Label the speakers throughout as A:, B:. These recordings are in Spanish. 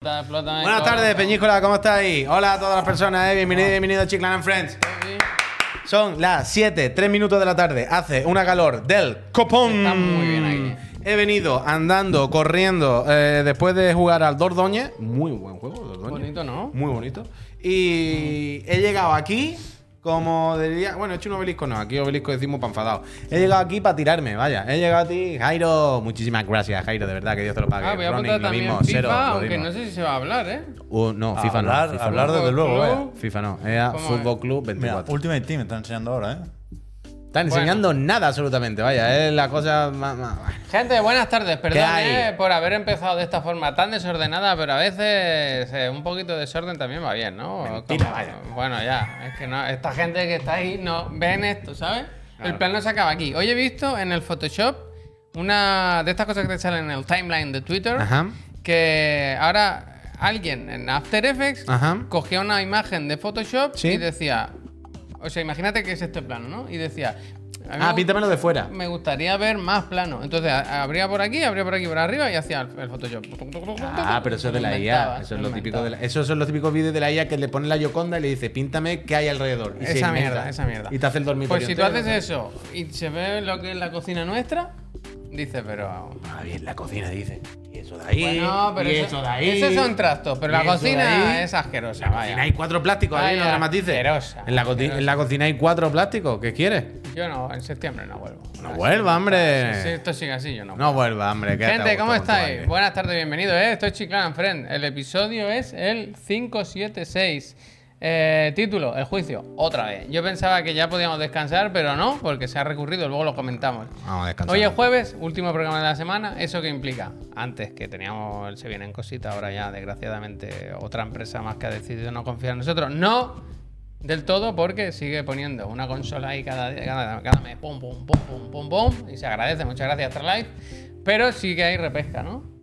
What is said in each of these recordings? A: Está explotando.
B: Buenas tardes, Peñícola, ¿cómo estáis? Hola a todas las personas, eh. bienvenidos y bienvenidos a Chiclan and Friends. Son las 7, 3 minutos de la tarde. Hace una calor del copón.
A: Está muy bien aquí.
B: He venido andando, corriendo, eh, después de jugar al Dordoñez. Muy buen juego, Dordoñez.
A: Bonito, ¿no?
B: Muy bonito. Y he llegado aquí, como diría. Bueno, he hecho un obelisco, no. Aquí obelisco decimos para enfadado. He llegado aquí para tirarme, vaya. He llegado a ti, Jairo. Muchísimas gracias, Jairo, de verdad, que Dios te lo pague.
A: Ah, voy a
B: Ronin,
A: apuntar
B: lo
A: también
B: mismo,
A: FIFA,
B: cero, lo
A: aunque
B: mismo.
A: no sé si se va a hablar, ¿eh?
B: Uh, no, FIFA
C: hablar,
B: no. FIFA
C: hablar
B: no.
C: desde luego,
A: Club.
C: vaya.
B: FIFA no, era
A: ¿Cómo
B: Fútbol Club
C: Mira,
B: 24.
C: Ultimate Team está enseñando ahora, ¿eh?
B: Están enseñando nada absolutamente, vaya, es la cosa más. más- más.
A: Gente, buenas tardes. Perdón
B: hay?
A: eh, por haber empezado de esta forma tan desordenada, pero a veces eh, un poquito de desorden también va bien, ¿no?
B: Mentira,
A: Como-
B: vaya.
A: Bueno, ya. Es que no, esta gente que está ahí no ven esto, ¿sabes? El plan no se acaba aquí. Hoy he visto en el Photoshop una de estas cosas que te salen en el timeline de Twitter.
B: Ajá.
A: que ahora alguien en After Effects
B: Ajá.
A: cogía una imagen de Photoshop
B: Sí.
A: y decía, o sea, imagínate que es este plano, ¿no? Y decía, a mí
B: Ah,
A: me
B: píntamelo de fuera.
A: gu- me gustaría ver más plano. Entonces a- abría por aquí, abría por aquí, por arriba y hacía el el Photoshop.
B: Ah, pero eso es de la
A: Inventaba,
B: IA. Eso es lo
A: inventaba.
B: típico de la, esos son los típicos vídeos de la IA que le ponen la Yoconda y le dice, píntame qué hay alrededor. Y se
A: Esa
B: inventa.
A: mierda, esa mierda.
B: Y te hace el dormitorio.
A: Pues si tú
B: entero.
A: haces eso y se ve lo que es la cocina nuestra, dices, pero...
B: Ah, bien, la cocina dice. Y eso de ahí.
A: Bueno, pero
B: y
A: eso-
B: eso de ahí.
A: esos son trastos, pero
B: y
A: la
B: eso de
A: cocina
B: ahí.
A: es asquerosa.
B: En la
A: vaya.
B: cocina hay cuatro plásticos, ahí
A: Vaya,
B: no dramatices.
A: asquerosa,
B: En la, coti-
A: asquerosa.
B: en la cocina hay cuatro plásticos, ¿qué quieres?
A: Yo no, en septiembre no vuelvo.
B: No vuelva, hombre.
A: Si esto sigue así, yo no.
B: No vuelva, hombre. quédate a
A: Gente,
B: gusto
A: ¿cómo
B: con tu
A: estáis?
B: baile.
A: Buenas tardes, bienvenidos. ¿eh? Esto es Chiclan and Friend. El episodio es el 576. Eh, título, el juicio, otra vez. Yo pensaba que ya podíamos descansar, pero no, porque se ha recurrido, luego lo comentamos.
B: Vamos a descansar.
A: Hoy es jueves, último programa de la semana. ¿Eso qué implica? Antes que teníamos el Se Vienen Cositas, ahora ya, desgraciadamente, otra empresa más que ha decidido no confiar en nosotros. No del todo, porque sigue poniendo una consola ahí cada, cada, cada mes. Pum, pum, pum, pum, pum, pum. Y se agradece. Muchas gracias, Astralife. Pero sí que hay repesca, ¿no?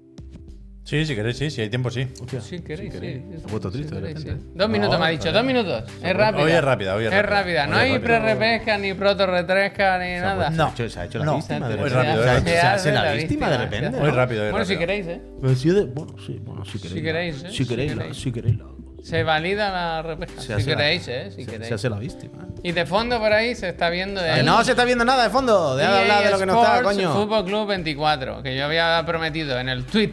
C: Sí, si queréis, sí, si hay tiempo, sí.
A: Sí, queréis, sí.
B: Me he puesto triste de
A: queréis,
B: repente,
A: sí. Dos minutos
C: ¿eh? No,
A: me ha dicho,
C: está
A: dos minutos.
C: bien.
A: Es rápida.
C: Hoy es rápida, hoy es rápida.
A: rápida. No
C: Hoy es
A: hay
C: rápida.
A: pre-repesca, ni proto-retresca, ni nada.
C: No.
B: Se ha hecho, se ha hecho la
C: No.
B: víctima. de
C: Muy
B: repente.
C: rápido,
B: Se ha-
C: eh.
B: se hace la víctima de repente.
C: Muy
B: ¿no?
C: rápido, muy
A: Bueno, si
C: rápido.
A: queréis, ¿eh?
B: Pero si yo de- bueno, sí, bueno, si queréis. la-
A: queréis, ¿eh?
B: Si
A: Si
B: queréis, la-
A: queréis.
B: si queréis. la-
A: Se valida la repesca.
B: se
A: Si
B: hace la-
A: queréis, ¿eh? Si
B: se-
A: queréis.
B: Se hace la víctima.
A: Y de fondo por ahí se está viendo
B: Que
A: el...
B: Eh, no se está viendo nada de fondo. Deja de hablar de lo que no está,
A: EA E Sports
B: coño.
A: Fútbol Club 24, que yo había prometido en el tweet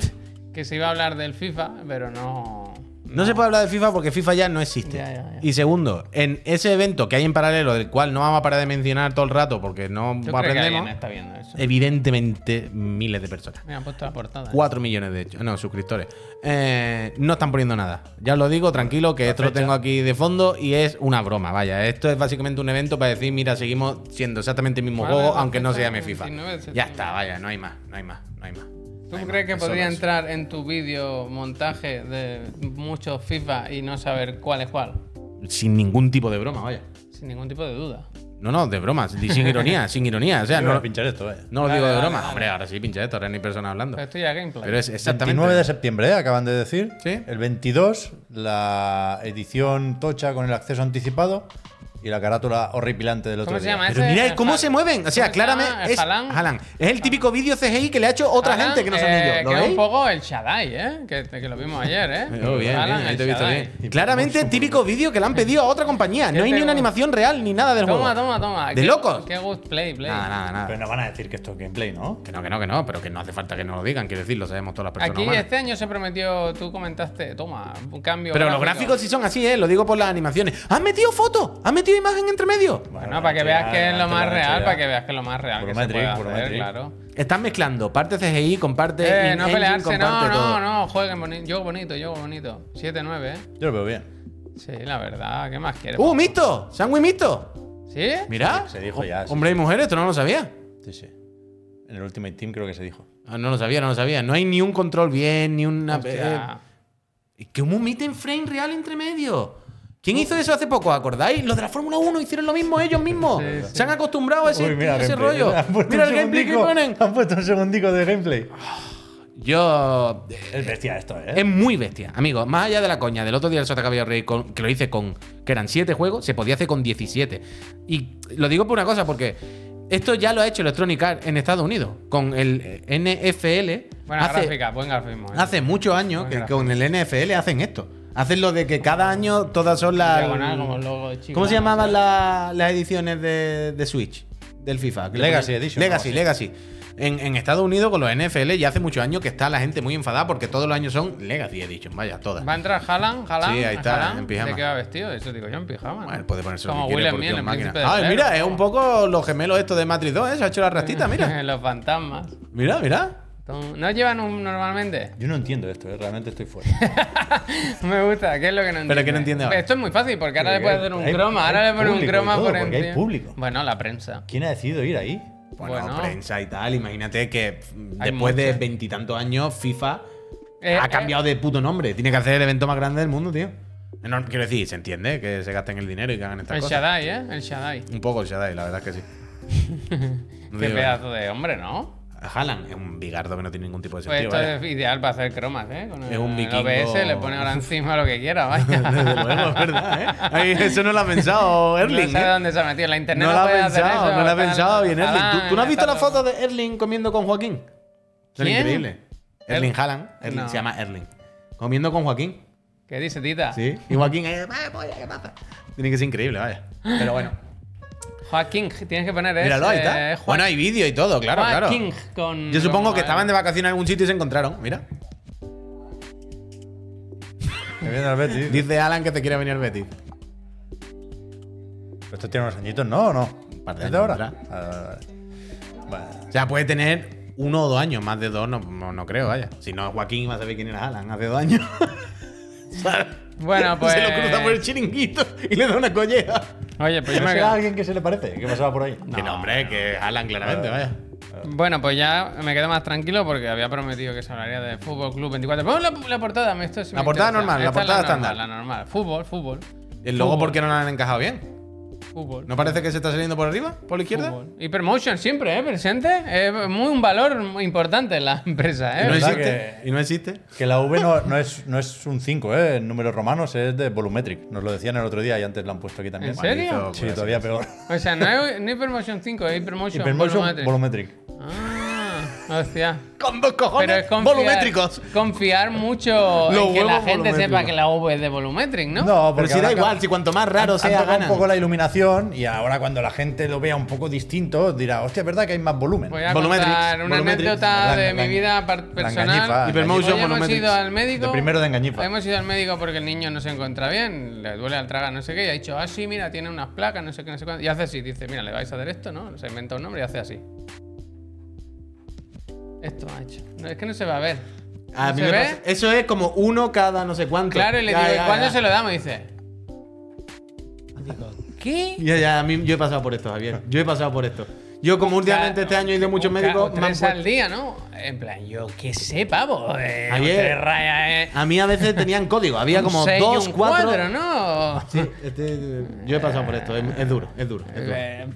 A: que se iba a hablar del FIFA, pero no...
B: No se puede hablar de FIFA porque FIFA ya no existe.
A: Ya, ya, ya.
B: Y segundo, en ese evento que hay en paralelo, del cual no vamos a parar de mencionar todo el rato porque no
A: Yo creo que alguien
B: Pues aprendemos, Eh,
A: está viendo eso.
B: evidentemente miles de personas.
A: Me han puesto la portada.
B: 4 millones de hecho, no, suscriptores. Eh, no están poniendo nada. Ya os lo digo, tranquilo, que esto lo
C: fecha.
B: tengo aquí de fondo y es una broma, vaya. Esto es básicamente un evento para decir, mira, seguimos siendo exactamente el mismo
A: Vale,
B: juego,
A: la
B: aunque no se
A: fecha
B: llame
A: es
B: FIFA.
A: 29 de septiembre.
B: Ya está, vaya, no hay más, no hay más, no hay más.
A: ¿Tú
B: No hay
A: crees
B: más,
A: que
B: es solo
A: podría
B: eso.
A: entrar en tu vídeo montaje de muchos FIFA y no saber cuál es cuál?
B: Sin ningún tipo de broma, vaya.
A: Sin ningún tipo de duda.
B: No, no, de bromas, y sin ironía, sin ironía. O sea,
C: No voy
B: no,
C: a pinchar esto, vaya.
B: no lo
A: Vale,
B: digo de
A: vale,
B: broma.
A: vale.
B: Hombre, ahora sí, pinche esto, ahora ni persona hablando.
A: Pero esto ya es gameplay.
B: Pero es exactamente.
C: 29 de septiembre, ¿eh? acaban de decir.
B: Sí.
C: El 22, la edición tocha con el acceso anticipado y la carátula horripilante del otro
A: ¿Cómo se
C: día.
A: llama
B: Pero
A: ese?
B: mirad
A: El
B: cómo
A: Haaland.
B: se mueven. O sea,
A: ¿Cómo Ah, se llama?
B: claramente
A: ¿El
B: es
A: Haaland?
B: Haaland. Es el típico vídeo CGI que le ha hecho otra
A: Haaland,
B: gente que no son
A: eh,
B: ellos. ¿Lo
A: que es un
B: veis?
A: poco el Shaddai, ¿eh? Que, que lo vimos ayer, ¿eh?
B: Oh, bien,
A: Haaland,
B: bien, ahí
A: el
B: te he visto
A: Shaddai.
B: bien. Claramente típico vídeo que le han pedido a otra compañía. No hay ni
A: tengo-
B: una animación real ni nada del
A: Toma,
B: juego.
A: toma, toma.
B: De
A: Qué-
B: locos.
A: Qué good play, play.
B: Nada, nada, nada.
C: Pero no van a decir que esto es gameplay, ¿no?
B: Que no, que no, que no, pero que no hace falta que nos lo digan, quiero decir, lo sabemos todas las personas.
A: Aquí
B: humanas.
A: este año se prometió, tú comentaste, toma, un cambio.
B: Pero los
A: gráfico.
B: gráficos sí son así, ¿eh? Lo digo por las animaciones. ¡Han metido fotos! ¡Han metido imagen entre medio!
A: Bueno, para que veas que es lo más real, para que
C: veas.
A: veas que es lo más real que se
C: Volumetric,
A: puede hacer,
C: volumetric.
A: claro.
B: Están mezclando parte CGI con parte.
A: Eh,
B: in-engine,
A: no pelearse,
B: con
A: no,
B: parte todo.
A: no, no, jueguen bonito, yo bonito, yo bonito. 7-9, ¿eh?
C: Yo lo veo bien.
A: Sí, la verdad, ¿qué más quieres?
B: ¡Uh, mixto! ¡Sandwich mixto!
A: ¿Sí?
B: Mirá. Oh,
C: Se dijo ya, sí,
B: Hombre y mujeres, esto no lo sabía.
C: Sí, sí. En el Ultimate Team creo que se dijo.
B: Ah, No lo sabía, no lo sabía. No hay ni un control bien, ni una.
A: Hostia.
B: eh, que un miten frame real entre medio. ¿Quién hizo eso hace poco? ¿Acordáis? Los de la Fórmula 1 hicieron lo mismo ellos mismos.
A: Sí, sí.
B: Se han acostumbrado a ese, a ese
C: gameplay.
B: rollo.
C: Han puesto
B: Mira
C: un
B: el gameplay que
C: segundico-
B: ponen.
C: Han puesto un segundico de gameplay.
B: Yo.
C: Es bestia esto, ¿eh?
B: Es muy bestia, amigos. Más allá de la coña del otro día del Sota Caballo Rey, con- que lo hice con. que eran 7 juegos, se podía hacer con 17. Y lo digo por una cosa, porque. Esto ya lo ha hecho Electronic Arts en Estados Unidos con el eh, NFL.
A: Buena
B: hace,
A: gráfica, buen grafismo. ¿eh?
B: hace muchos años
A: Buen
B: que
A: gráfico.
B: con el NFL hacen esto. Hacen lo de que cada año todas son las.
A: Diagonal, como el logo de Chico,
B: ¿Cómo se
A: ¿no?
B: llamaban la- las ediciones de, de Switch? Del FIFA. que le
C: Legacy
B: ponían-
C: Edition,
B: Legacy,
C: algo
B: Legacy. En, en Estados Unidos con los NFL ya hace muchos años que está la gente muy enfadada porque todos los años son Legacy Edition, vaya, todas.
A: Va a entrar Haaland, Haaland.
B: Sí, ahí está,
A: Haaland.
B: en pijama.
A: ¿De qué va vestido? Eso digo yo, en pijama.
B: Bueno, puede ponerse lo
A: Como
B: que
A: William
B: quiere
A: Neal
B: porque es
A: en
B: una
A: Príncipe
B: máquina.
A: de
B: Ah,
A: Bel-Air,
B: mira, es
A: como-
B: un poco los gemelos estos de Matrix 2, ¿eh? Se ha hecho la rastita, mira.
A: Los fantasmas.
B: Mira, mira.
A: ¿No llevan un normalmente?
C: Yo no entiendo esto, eh, realmente estoy fuera.
A: Me gusta, ¿qué es lo que no entiendo?
B: que no entiende ahora?
A: Esto es muy fácil, porque ahora
C: Porque
A: le puedes
C: hay-
A: hacer un
C: hay-
A: croma. Ahora le
C: hay
A: pones un
C: público y
A: croma
C: todo,
A: por
C: porque
A: encima.
C: hay público.
A: Bueno, la prensa.
C: ¿Quién ha decidido ir ahí?
B: Bueno,
A: Bueno.
B: prensa y tal, imagínate que pff,
A: Hay
B: después de
A: muchas.
B: veintitantos años FIFA
A: Eh,
B: ha
A: eh.
B: cambiado de puto nombre. Tiene que hacer el evento más grande del mundo, tío. No, quiero decir, se entiende que se gasten el dinero y que hagan estas
A: El
B: cosas.
A: Shaddai, ¿eh? El Shaddai.
B: Un poco el Shaddai, la verdad es que sí. No
A: Qué
B: digo-
A: pedazo de hombre, ¿no?
B: Haaland es un bigardo que no tiene ningún tipo de
A: Pues
B: sentido.
A: esto
B: vaya.
A: es ideal para hacer cromas, ¿eh? Con el,
B: Es un
A: el
B: vikingo.
A: OBS le pone ahora encima lo que quiera, vaya.
B: Desde luego, es verdad, ¿eh? Ay, eso no lo ha pensado
A: no
B: Erling.
A: sabe
B: ¿eh?
A: dónde se ha metido. La internet
B: No lo ha
A: puede hacer
B: pensado,
A: eso, Ah,
B: no lo
A: está
B: ha
A: en-
B: pensado bien Erling.
A: Haaland,
B: ¿Tú, tú no has visto la
A: está todo-
B: foto de Erling comiendo con Joaquín? Eso
A: ¿Quién? Er-
B: es increíble. Erling Haaland. Erling,
A: No.
B: Se llama Erling. Comiendo con Joaquín.
A: ¿Qué dice, Tita?
B: Sí. Y Joaquín ahí, "Eh, polla, ¿qué pasa? Tiene que ser increíble, vaya. Pero bueno.
A: Joaquín, tienes que poner eso.
B: Míralo, ahí está. Bueno, hay vídeo y todo, claro, claro.
A: Pues, eh, Joaquín con.
B: Yo supongo
A: como
B: que
A: el-
B: estaban de vacaciones en algún sitio y se encontraron. Mira.
C: Me viene al Betis.
B: Dice Alan que te quiere venir al Betis.
C: Pero Esto tiene unos añitos, ¿no? ¿O no?
B: par de
C: ¿Es de
B: años
C: ahora?
B: atrás.
C: Ah, vale, vale. Vale.
B: O sea, puede tener uno o dos años. Más de dos no, no, no creo, vaya. Si no, Joaquín va a saber quién era Alan hace dos años.
A: Bueno, pues.
B: Se lo cruza por el chiringuito y le da una colleja.
A: Oye, pues yo
C: ¿No
A: me
C: será alguien que se le parece? ¿Que pasaba por ahí?
B: que no, hombre, que Alan claramente, vaya.
A: Bueno, pues ya me quedo más tranquilo porque había prometido que se hablaría de Fútbol Club 24. Pon la, la portada, me- esto sí
B: La
A: me
B: portada
A: interesa.
B: normal, la
A: Esta es
B: portada
A: normal,
B: estándar.
A: La normal, fútbol, fútbol.
B: El logo,
A: Fútbol.
B: ¿por qué no lo han encajado bien?
A: Fútbol.
B: ¿No parece que se está saliendo por arriba? ¿Por la izquierda?
A: fútbol. Y promotion siempre, ¿eh? Presente. Es muy un valor muy importante en la empresa,
B: ¿Y
A: ¿eh?
B: no
C: ¿Verdad
B: existe? ¿Y no existe?
C: Que la V no, no es, no es un 5, ¿eh? En números romanos es de volumetric. Nos lo decían el otro día y antes lo han puesto aquí también.
A: ¿En serio?
C: Sí, todavía peor.
A: O sea, no hay, no hay promotion 5, hay promotion,
C: Hypermotion
A: volumetric.
C: volumetric.
A: Ah, hostia.
B: Con dos
A: Pero es
B: cojones
A: confiar,
B: volumétricos.
A: confiar mucho
B: Los
A: en que la
B: huevos
A: gente sepa
B: volumétricos.
A: que la V es de volumetric, ¿no?
B: Pero si da
C: ahora
B: igual,
C: ca-
B: si cuanto más raro
C: han- han
B: sea,
C: tocado
B: ganan.
C: un poco la iluminación y ahora cuando la gente lo vea un poco distinto dirá, hostia, es verdad que hay más volumen.
A: Voy a
B: Volumetric,
A: contar una
B: volumetric.
A: anécdota
C: La-
A: de
C: la-
A: mi vida par-
C: engañifa,
A: personal.
B: Hypermotion,
A: Hoy hemos
B: volumetric.
A: ido al médico.
C: De primero de engañifa.
A: Hemos ido al médico porque el niño no se encuentra bien, le duele al traga, no sé qué, y ha dicho, ah, sí, mira, tiene unas placas, no sé qué, no sé cuánto. Y hace así, dice, mira, le vais a dar esto, ¿no? Se inventa un nombre y hace así. Esto ha hecho. No, es que no se va a ver.
B: A
A: ¿No
B: mí
A: se
B: me
A: ve?
B: pasa- Eso es como uno cada no sé cuánto.
A: Claro, y le
B: Ya,
A: digo,
B: ya,
A: ¿y cuándo
B: ya.
A: se lo damos? Y dice. Y digo, ¿Qué?
B: Ya, ya, a mí, yo he pasado por esto, Javier. Yo he pasado por esto. Yo, como últimamente este año he ido a muchos
A: Un ca-
B: médicos,
A: o
B: me han
A: tres
B: puesto-
A: al día, ¿no? En plan, yo qué sé, pavo. Eh,
B: Ayer-
A: tres rayas, eh.
B: A mí a veces tenían código. Había
A: Un
B: como
A: seis y
B: dos,
A: un
B: cuatro.
A: cuadro, ¿no?
B: Sí, este- yo he pasado por esto. Es, es duro, es duro. es duro.
A: Eh,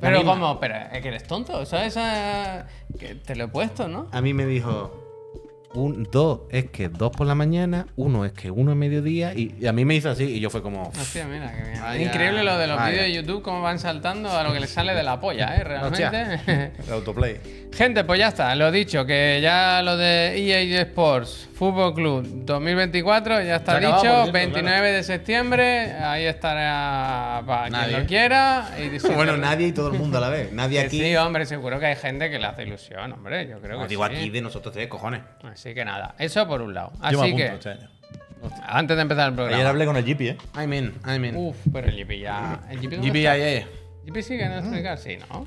B: La
A: Pero
B: misma.
A: como, pero es que eres tonto, ¿sabes? Esa- que te lo he puesto, ¿no?
B: A mí me dijo. Un, dos es que dos por la mañana, uno es que uno a mediodía, y, y a mí me hizo así, y yo fue como.
A: Hostia, mira, qué bien.
B: Vaya.
A: Increíble lo de los
B: Vaya.
A: vídeos de YouTube, cómo van saltando a lo que les sale de la polla, ¿eh? Realmente.
C: El autoplay.
A: Gente, pues ya está, lo dicho, que ya lo de EA Sports Fútbol Club 2024 ya está
B: Se ha
A: dicho,
B: acabado, por cierto,
A: 29 de septiembre, ahí estará para
B: Nadie.
A: quien lo quiera. Y si
B: Bueno,
A: te-
B: nadie y todo el mundo a la vez. Nadie
A: que
B: aquí.
A: Sí, hombre, seguro que hay gente que le hace ilusión, hombre, yo creo
B: Os
C: Ah,
A: que
B: digo
A: sí.
B: aquí de nosotros tres, cojones.
A: Así que nada, eso por un lado.
C: Yo me
A: Así
C: apunto
A: que,
C: este año.
A: antes de empezar el
C: Ayer
A: programa.
C: hablé con el Jeepy, ¿eh?
B: I'm in, I'm in.
A: Uf, pero el Yipi ya. ¿El Yipi dónde está?
B: GPIA.
A: Yipi sigue en nuestro lugar, sí, ¿no?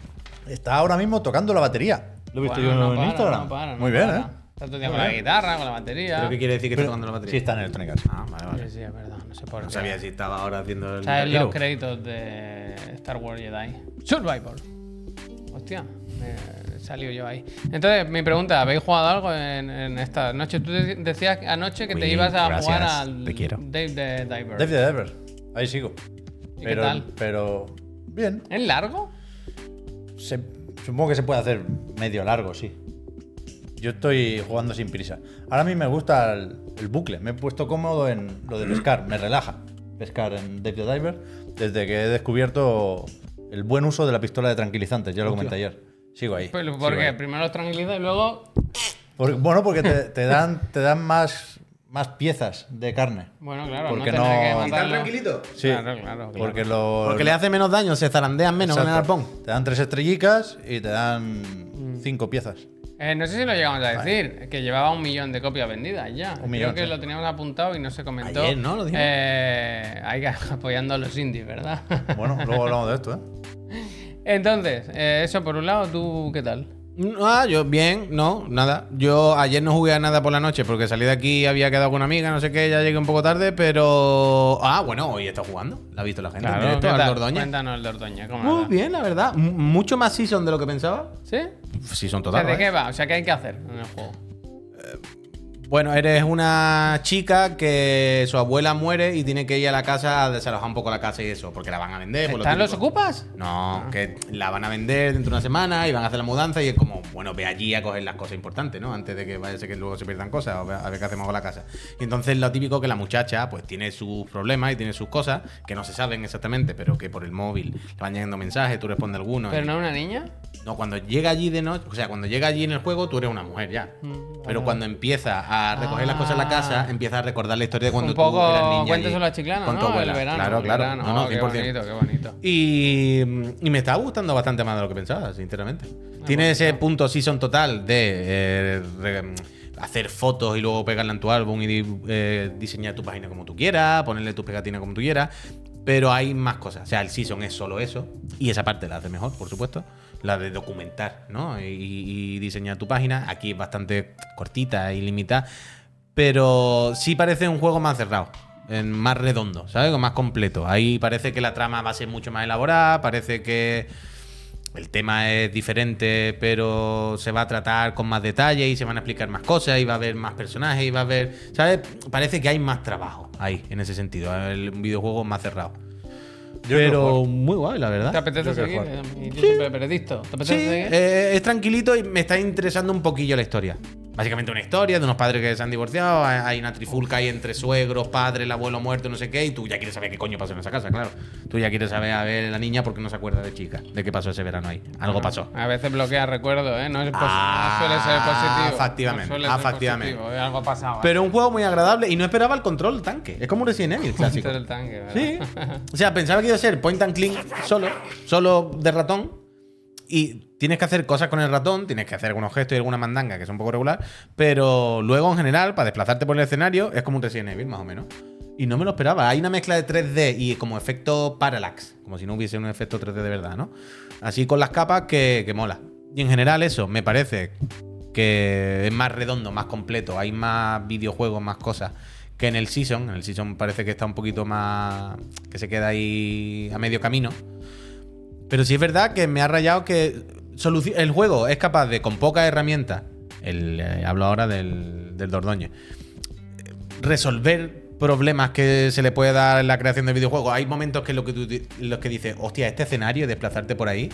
C: Está ahora mismo tocando la batería. Lo he visto
A: Bueno,
C: yo
A: no
C: en
A: para,
C: Instagram.
A: no para, no
C: Muy bien,
A: para.
C: ¿eh?
A: Está todo el día con
C: Muy
A: la
C: bien.
A: guitarra, con la batería.
B: ¿Pero qué quiere decir que está
C: Pero-
B: tocando la batería?
C: Sí, está en Electronic Arts.
B: Ah, vale, vale.
A: Sí, sí, es verdad, no sé por
B: No
A: qué.
B: sabía si estaba ahora haciendo el.
A: Está en
B: Hero.
A: los créditos de Star Wars Jedi. Survivor. Hostia, me salió yo ahí. Entonces, mi pregunta, ¿habéis jugado algo en, en esta noche? Tú de- decías anoche que te
B: Uy,
A: ibas a
B: gracias,
A: jugar al
B: te quiero.
A: Dave the Diver.
C: Dave the Diver. Ahí sigo.
A: ¿Y qué
C: pero,
A: tal?
C: Pero. Bien.
A: ¿Es largo?
C: Se- supongo que se puede hacer medio largo, sí. Yo estoy jugando sin prisa. Ahora a mí me gusta el, el bucle. Me he puesto cómodo en lo de pescar. Me relaja pescar en Dave the Diver desde que he descubierto El buen uso de la pistola de tranquilizantes, ya lo comenté ayer. Sigo ahí.
A: Pero,
C: sigo
A: Pues, porque
C: ahí.
A: primero los tranquiliza y luego.
C: Por- bueno, porque te, te dan, te dan más, más piezas de carne.
A: Bueno, claro,
C: Porque
A: no tener
C: no-
A: que
C: ¿Y tan
A: matarlo.
B: tranquilito?
C: Sí,
A: Claro, claro. claro.
C: Porque, lo,
B: Porque le hace menos daño, se zarandean menos con el
C: Exacto.
B: arpón.
C: Te dan tres estrellicas y te dan
A: Mm.
C: cinco piezas.
A: Eh, no sé si lo llegamos a decir, que llevaba un millón de copias vendidas ya. Creo
C: millón,
A: que
C: sí.
A: lo teníamos apuntado y no se comentó.
B: Ayer, ¿no? Lo dijimos.
A: Eh, hay que apoyando a los indies, ¿verdad?
C: Bueno, luego hablamos de esto, ¿eh?
A: Entonces, eh, eso por un lado, ¿tú qué tal?
B: Mm, Ah, yo bien, no, nada. Yo ayer no jugué a nada por la noche porque salí de aquí, había quedado con una amiga, no sé qué, ya llegué un poco tarde, pero. Ah, bueno, hoy está jugando. La ha visto la gente en directo,
A: ¿qué
B: Aldo
A: tal?
B: Ordóñez.
A: Cuéntanos el de Ordoña, ¿cómo
B: Muy
A: era?
B: bien, la verdad. M- Mucho más season de lo que pensaba.
A: ¿Sí? O sea,
B: Season total.
A: ¿de
B: ¿eh?
A: qué va? O sea, ¿qué hay que hacer en el juego?
B: Bueno, eres una chica que su abuela muere y tiene que ir a la casa a desalojar un poco la casa y eso, porque la van a vender. por pues lo
A: ¿Están los
B: típico.
A: ocupas?
B: No,
A: Ah.
B: que la van a vender dentro de una semana y van a hacer la mudanza y es como, bueno, ve allí a coger las cosas importantes, ¿no? Antes de que vaya a ser que luego se pierdan cosas, o ve- a ver qué hacemos con la casa. Y entonces lo típico que la muchacha pues tiene sus problemas y tiene sus cosas que no se saben exactamente, pero que por el móvil le van llegando mensajes, tú respondes algunos.
A: ¿Pero
B: y-
A: no una niña?
B: no, cuando llega allí de noche, o sea, cuando llega allí en el juego, tú eres una mujer ya.
A: Mm,
B: Pero cuando empieza a recoger las cosas en la casa, empieza a recordar la historia de cuando
A: Ah. un poco
B: tú eras niña. allí
A: cuéntaselo a Chiclana,
B: con
A: ¿no?
B: tu abuela.
A: El verano.
B: Claro,
A: el
B: claro.
A: verano.
B: No, no,
A: Oh, qué
B: 100%.
A: bonito, qué bonito.
B: Y, y me estaba gustando bastante más de lo que pensaba, sinceramente. Tiene ese punto season total de eh, re- hacer fotos y luego pegarla en tu álbum y di- eh, diseñar tu página como tú quieras, ponerle tus pegatinas como tú quieras. Pero hay más cosas. O sea, el season es solo eso. Y esa parte la hace mejor, por supuesto. La de documentar, ¿no? Y, y diseñar tu página. Aquí es bastante cortita y limitada. Pero sí parece un juego más cerrado. en- más redondo, ¿sabes? Más completo. Ahí parece que la trama va a ser mucho más elaborada. Parece que el tema es diferente, pero se va a tratar con más detalle y se van a explicar más cosas y va a haber más personajes y va a haber. ¿Sabes? Parece que hay más trabajo ahí, en ese sentido. El videojuego más cerrado. pero muy guay, la verdad.
A: ¿Te apetece
C: Yo quiero
A: seguir?
C: jugar.
A: Y tú siempre periodista. ¿Te
B: Sí,
A: apetece seguir?
B: eh, es tranquilito y me está interesando un poquillo la historia. Básicamente una historia de unos padres que se han divorciado, hay hay una trifulca ahí entre suegros, padres, el abuelo muerto, no sé qué, y tú ya quieres saber qué coño pasó en esa casa, claro. Tú ya quieres saber a ver la niña porque no se acuerda de chica, de qué pasó ese verano ahí. Algo pasó.
A: A veces bloquea recuerdos, ¿eh? No, es posi- no
B: Ah,
A: suele ser positivo. No
B: efectivamente,
A: suele ser
B: efectivamente.
A: positivo, eh, Algo ha pasado. eh.
B: Pero un juego muy agradable y no esperaba el control tanque. Es como un Resident Evil clásico.
A: Esto del tanque, ¿verdad?
B: Sí. O sea, pensaba que iba a ser point and click solo, solo de ratón. Y tienes que hacer cosas con el ratón, tienes que hacer algunos gestos y alguna mandanga que son un poco regular. Pero luego, en general, para desplazarte por el escenario, es como un Resident Evil, más o menos. Y no me lo esperaba. Hay una mezcla de 3D y como efecto parallax. Como si no hubiese un efecto 3D de verdad, ¿no? Así con las capas que, que mola. Y en general, eso me parece que es más redondo, más completo. Hay más videojuegos, más cosas que en el Season. En el Season parece que está un poquito más. que se queda ahí a medio camino. Pero sí es verdad que me ha rayado que soluci- el juego es capaz de, con pocas herramientas, el, eh, hablo ahora del, del Dordoñez, eh, resolver problemas que se le puede dar en la creación de videojuegos. Hay momentos que lo que tú di- los que dices, hostia, este escenario, desplazarte por ahí,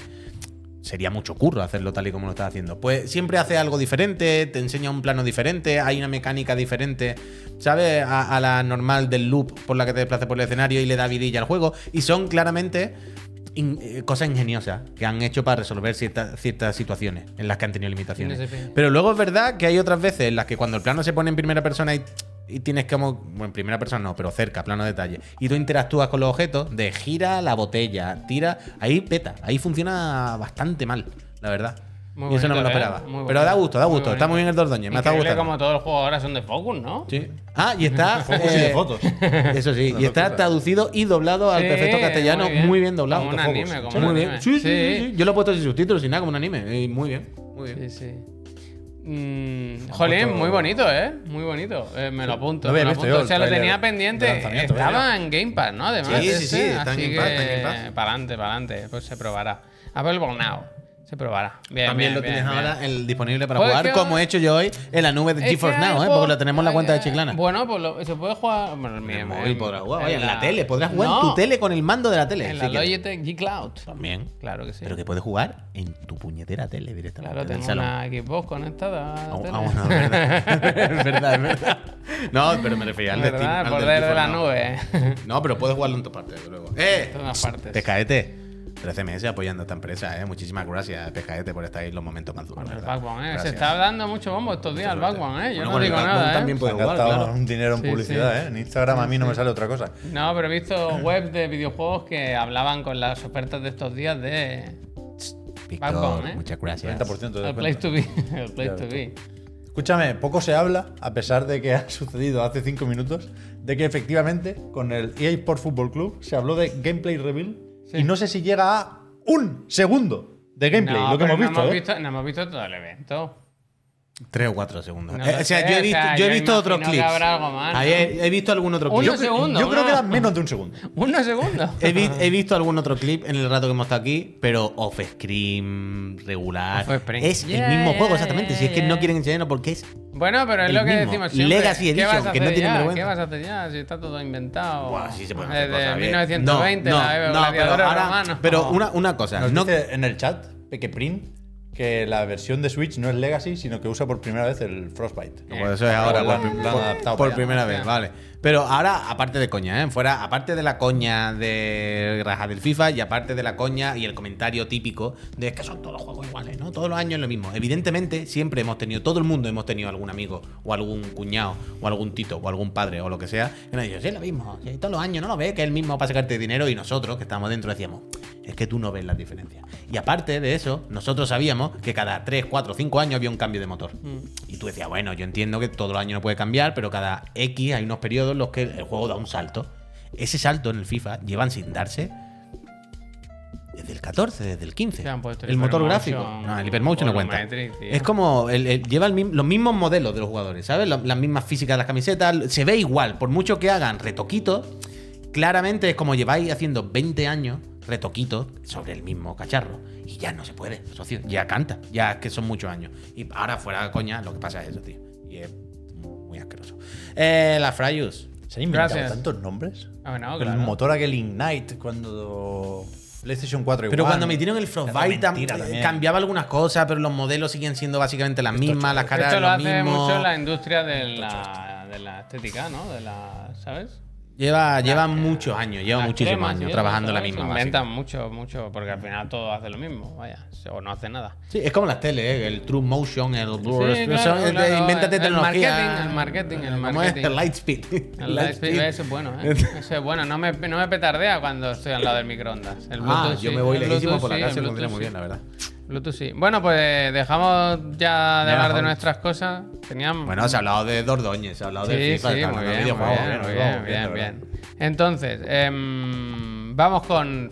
B: sería mucho curro hacerlo tal y como lo estás haciendo. Pues siempre hace algo diferente, te enseña un plano diferente, hay una mecánica diferente, ¿sabes? A, a la normal del loop por la que te desplazas por el escenario y le da vidilla al juego. Y son claramente in- eh, cosas ingeniosas que han hecho para resolver ciertas, ciertas situaciones en las que han tenido limitaciones.
A: No se pilla.
B: Pero luego es verdad que hay otras veces en las que cuando el plano se pone en primera persona y, y tienes como. Bueno, en primera persona no, pero cerca, plano de detalle. Y tú interactúas con los objetos de gira la botella, tira. Ahí peta. Ahí funciona bastante mal, la verdad.
A: Muy
B: y
A: bonito,
B: eso no me lo
A: ¿eh?
B: esperaba.
A: Muy bonito.
B: Pero da gusto, da
A: Muy
B: gusto. está
A: bonito.
B: muy bien el Dordoñez. Me está
A: Increíble
B: gustando.
A: como todos los juegos ahora son de Focus, ¿no?
B: Sí. Ah, y está.
C: Focus y Pues de
B: eh,
C: fotos.
B: Eso sí. Y está
C: locura.
B: traducido y doblado al
A: Sí,
B: perfecto castellano. Muy bien, doblado.
A: Como un
B: Focus.
A: anime, como
B: Sí,
A: un
B: muy
A: anime.
B: bien. Sí, sí,
A: Sí.
B: sí, sí. Yo lo he puesto sin subtítulos, sin nada, como un anime. Y muy bien. Muy bien.
A: Sí, sí. Mm, jolín, muy bonito, ¿eh? Muy bonito. Eh, me lo apunto.
C: Lo había
A: me lo
C: visto
A: apunto.
C: yo,
A: o sea, lo
C: el trailer
A: tenía
C: de
A: pendiente.
C: lanzamiento,
A: Estaba
C: ¿verdad?
A: en Game Pass, ¿no? Además.
B: Sí, sí,
A: este,
B: sí, está en
A: así
B: Game Pass, está en Game Pass.
A: que Para adelante, para adelante. Pues se probará. Apple Now. Se probará. Bien,
B: También
A: bien,
B: lo
A: bien,
B: tienes
A: bien. Este
B: ahora el disponible para
A: Joder,
B: jugar,
A: qué
B: como
A: bueno.
B: he hecho yo hoy en la nube de
A: Es que
B: GeForce Now,
A: hay
B: ¿eh?
A: juegos-
B: porque lo tenemos en la cuenta de
A: eh,
B: Chiclana.
A: Bueno, pues lo- se puede jugar. Bueno,
B: en
A: mira,
B: el móvil podrás jugar, vaya, en la,
A: la-
B: tele, podrás jugar en
A: No,
B: tu tele con el mando de la tele.
A: En
B: si
A: la
B: quieres.
A: Logitech G Cloud.
B: También.
A: Claro que sí.
B: Pero que puedes jugar en tu puñetera tele directamente.
A: Claro,
B: en el
A: tengo
B: salón.
A: una Xbox conectada. a la
B: Ah,
A: tele.
B: ah, bueno, es verdad. es verdad, es verdad. No, pero me refería al de Steam,
A: ¿Verdad?
B: al
A: El
B: del
A: poder de
B: GeForce
A: la
B: Now.
A: nube.
B: No, pero puedes jugarlo en tu parte, luego. ¡Eh!
A: todas partes.
B: Pescaete. 3CMS apoyando a esta empresa, ¿eh? Muchísimas gracias, PJT, por estar ahí en los momentos más duros.
A: Con el
B: ¿verdad?
A: Backbone, ¿eh? Se
B: Gracias.
A: está dando mucho bombo estos días al
B: suerte.
A: Backbone, ¿eh? Yo
B: Bueno,
A: no
B: con el
A: digo
B: Backbone
A: nada, ¿eh?
B: también puede
C: Se han
B: jugar,
C: gastado
B: claro.
C: un dinero en
A: Sí,
C: publicidad,
A: sí.
C: ¿eh? En Instagram a mí no me sale otra cosa.
A: No, pero he visto webs de videojuegos que hablaban con las ofertas de estos días de...
B: Víctor,
A: Backbone, ¿eh?
B: muchas gracias.
C: 40% de
A: El
C: descuento.
A: place to be. El place
C: Ya
A: to
C: ves
A: be.
C: Escúchame, poco se habla, a pesar de que ha sucedido hace 5 minutos, de que efectivamente con el EA Sport Football Club se habló de gameplay reveal
A: Sí.
C: y no sé si llega a un segundo de gameplay,
A: No,
C: lo que
A: pero
C: hemos visto.
A: No hemos
C: ¿eh?
A: visto, no hemos visto todo el evento.
B: Tres o cuatro segundos.
A: No
B: Eh,
A: lo
B: o sea,
A: sé,
B: yo he
A: o
B: visto,
A: sea,
B: yo he
A: yo
B: visto otros
A: imagino que
B: clips.
A: habrá algo más, ¿no?
B: Ahí he, he visto algún otro
A: Uno
B: clip.
C: Yo,
A: Un
C: cre-
A: segundo,
C: yo creo que
A: una-
C: era menos de un segundo.
A: Uno segundo.
B: He, vi- he visto algún otro clip en el rato que hemos estado aquí, pero off-screen, regular.
A: Off-screen.
B: Es
A: Yeah,
B: el mismo
A: yeah,
B: juego, exactamente. si es que
A: yeah,
B: no
A: yeah.
B: quieren enseñarlo porque es.
A: Bueno, pero es
B: El
A: lo que
B: mismo.
A: decimos siempre.
B: Legacy
A: ¿Qué
B: Edition,
A: vas a
B: que no
A: hacer
B: tiene
A: ya?
B: vergüenza.
A: ¿Qué vas a hacer ya? Si está todo inventado.
B: Buah, sí se pueden hacer
A: Desde
B: cosas bien.
A: 1920,
B: No,
A: la
B: no, no, pero,
A: gladiadores
B: ahora-
A: romanos.
B: pero una, una cosa.
C: Nos
B: no-
C: dice en el chat, Pequeprin, que la versión de Switch no es Legacy, sino que usa por primera vez el Frostbite.
B: No, pues eso es ahora,
C: Eh, Lo han-
B: por,
C: lo han adaptado
B: por
C: para allá.
B: primera vez, vale. Pero ahora, aparte de coña, ¿eh? Fuera, aparte de la coña de Raja del FIFA y aparte de la coña y el comentario típico de que son todos los juegos iguales, ¿no? Todos los años es lo mismo. Evidentemente, siempre hemos tenido, todo el mundo hemos tenido algún amigo o algún cuñado o algún tito o algún padre o lo que sea que nos ha dicho, sí, es lo mismo, sí, todos los años no lo ves, que es el mismo para sacarte dinero y nosotros que estábamos dentro decíamos, es que tú no ves las diferencias. Y aparte de eso, nosotros sabíamos que cada 3, 4, 5 años había un cambio de motor.
A: Mm.
B: Y tú decías, bueno, yo entiendo que todo el año no puede cambiar, pero cada X hay unos periodos en los que el juego da un salto. Ese salto en el FIFA llevan sin darse desde el 14, desde el 15.
A: Te han puesto el
B: el motor
A: Hypermotion,
B: gráfico. No, el Hypermotion no cuenta.
A: Volumetric, tío.
B: Es como, el- el- lleva el mim- los mismos modelos de los jugadores, ¿sabes? Las, las mismas físicas de las camisetas. Se ve igual, por mucho que hagan retoquitos, claramente es como lleváis haciendo 20 años retoquitos sobre el mismo cacharro. Y ya no se puede, socio. Ya canta. Ya es que son muchos años. Y ahora fuera coña, lo que pasa es eso, tío. Y es muy asqueroso. Eh, la Fryus.
C: ¿Se han inventado
A: Gracias.
C: tantos nombres?
A: Ah, no,
C: el
A: claro.
C: motor aquel Ignite cuando PlayStation 4
B: Pero
C: igual.
B: cuando metieron el Frostbite
C: Era
B: tam- eh,
C: mentira también.
B: cambiaba algunas cosas, pero los modelos siguen siendo básicamente las mismas, las caras
A: Esto lo
B: los
A: hace
B: mismos.
A: mucho la industria de la, de la estética, ¿no? De la, ¿Sabes?
B: Lleva, lleva muchos años, lleva
A: Las
B: muchísimos
A: cremas y
B: años
A: eso,
B: trabajando en la
A: ¿sabes?
B: misma base.
A: Inventan mucho, mucho, porque al final todo hace lo mismo, vaya. O no hace nada.
B: Sí, es como las teles, ¿eh? el True Motion, el Blur.
A: Sí,
B: eso
A: claro,
B: es de-
A: claro,
B: invéntate
A: el- el
B: tecnología.
A: marketing, el marketing, el
B: ¿Cómo es?
A: marketing.
B: El Lightspeed.
A: El Lightspeed, ese es bueno, ¿eh? Ese es bueno. No me, no me petardea cuando estoy al lado del microondas. El
B: Ah,
A: Bluetooth
B: yo
A: sí,
B: me voy
A: el
B: lejísimo
A: Bluetooth
B: por la
A: sí,
B: casa y
A: el
B: lo pondré
A: Bluetooth
B: muy bien,
A: sí.
B: la verdad.
A: Bluetooth sí. Bueno, pues dejamos ya de
B: Ya,
A: hablar de
B: joder.
A: nuestras cosas. Teníamos.
B: Bueno, se ha hablado de Dordoñez, se ha hablado
A: sí,
B: de FIFA,
A: sí,
B: se ha
A: muy
B: hablado de
A: bien, muy
B: videojuegos.
A: bien,
B: bueno,
A: muy
B: nos
A: bien,
B: ¿eh? vamos ¿eh? viendo,
A: bien,
B: ¿verdad?
A: bien. Entonces, em, vamos con.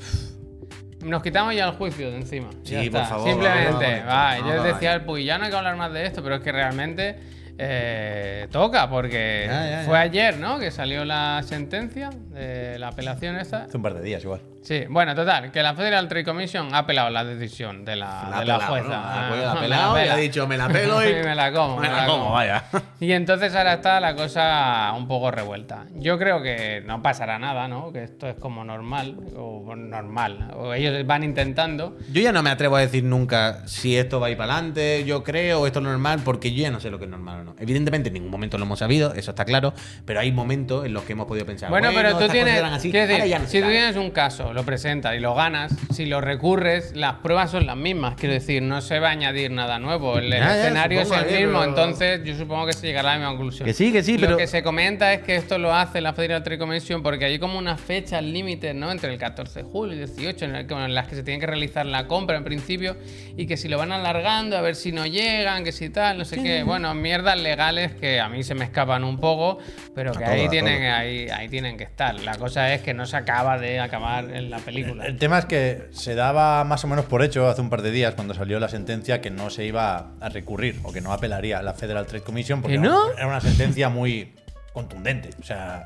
A: Nos quitamos ya el juicio de encima.
B: Sí,
A: Ya
B: por
A: está.
B: favor, vamos con
A: Simplemente,
B: esto.
A: va.
B: Vamos
A: Yo
B: con
A: decía al Puy, ya no hay que hablar más de esto, pero es que realmente eh, toca, porque
B: Ya, ya, ya.
A: fue ayer, ¿no? Que salió la sentencia de la apelación esta.
C: Hace un par de días igual.
A: Sí, bueno, total, que la Federal Trade Commission ha apelado la decisión de la,
B: La
A: de la
B: ha pelado,
A: jueza.
B: ¿no? La
A: Ah,
B: jueza la
A: me
B: ha pelado y
A: pela.
B: ha dicho, me la pelo y-
A: me la como.
B: Me la como, vaya.
A: Y entonces ahora está la cosa un poco revuelta. Yo creo que no pasará nada, ¿no? Que esto es como normal, o normal. O ellos van intentando.
B: Yo ya no me atrevo a decir nunca si esto va a ir para adelante, yo creo, esto es lo normal, porque yo ya no sé lo que es normal o no. Evidentemente, en ningún momento lo hemos sabido, eso está claro, pero hay momentos en los que hemos podido pensar.
A: Bueno, pero tú
B: estas cosas
A: tienes.
B: eran así,
A: quiero decir,
B: ahora ya no ¿eh? se
A: si tú
B: sabe".
A: tienes un caso, lo presentas y lo ganas, si lo recurres, las pruebas son las mismas. Quiero decir, no se va a añadir nada nuevo. El,
B: Ya, ya,
A: escenario es el
B: supongo, eh,
A: mismo,
B: pero-
A: entonces yo supongo que se llegará a la misma conclusión.
B: Que sí, que sí,
A: lo
B: pero-
A: que se comenta es que esto lo hace la Federal Trade Commission porque hay como unas fechas límites, ¿no? Entre el 14 de julio y el 18, en, el que- bueno, en las que se tiene que realizar la compra en principio y que si lo van alargando, a ver si no llegan, que si tal, no sé qué. Bueno, mierdas legales que a mí se me escapan un poco, pero que
C: todo,
A: ahí
C: a
A: tienen, ahí, ahí tienen que estar. La cosa es que no se acaba de acabar en la película.
C: El tema es que se daba más o menos por hecho hace un par de días cuando salió la sentencia que no se iba a recurrir o que no apelaría a la Federal Trade Commission porque
A: ¿Que no?
C: era una sentencia muy contundente. O sea,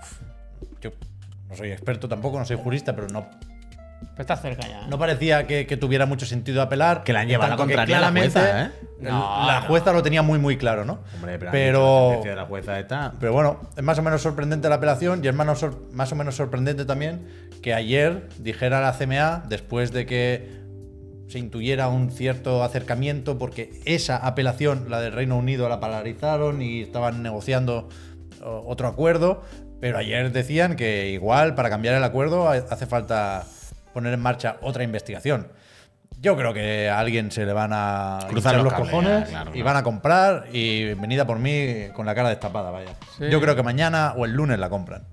C: yo no soy experto tampoco, no soy jurista, pero no,
A: Pero está cerca ya. ¿eh?
C: no parecía que, que tuviera mucho sentido apelar.
B: Que la han llevado
C: tanto
B: a
C: que
B: contraria a la
C: claramente
B: jueza, ¿eh?
A: No,
C: la
A: no.
C: jueza lo tenía muy, muy claro, ¿no?
B: Hombre, pero,
C: Pero-
B: la sentencia de la jueza está.
C: Pero bueno, es más o menos sorprendente la apelación y es más o, sor- más o menos sorprendente también que ayer dijera la CMA, después de que se intuyera un cierto acercamiento, porque esa apelación, la del Reino Unido, la paralizaron y estaban negociando o- otro acuerdo, pero ayer decían que igual para cambiar el acuerdo ha- hace falta poner en marcha otra investigación. Yo creo que a alguien se le van a
B: Cruzar
C: hinchar
B: los
C: los,
B: cables,
C: cojones
B: ya, claro,
C: y
B: claro.
C: van a comprar y venida por mí con la cara destapada, vaya.
A: Sí.
C: Yo creo que mañana o el lunes la compran.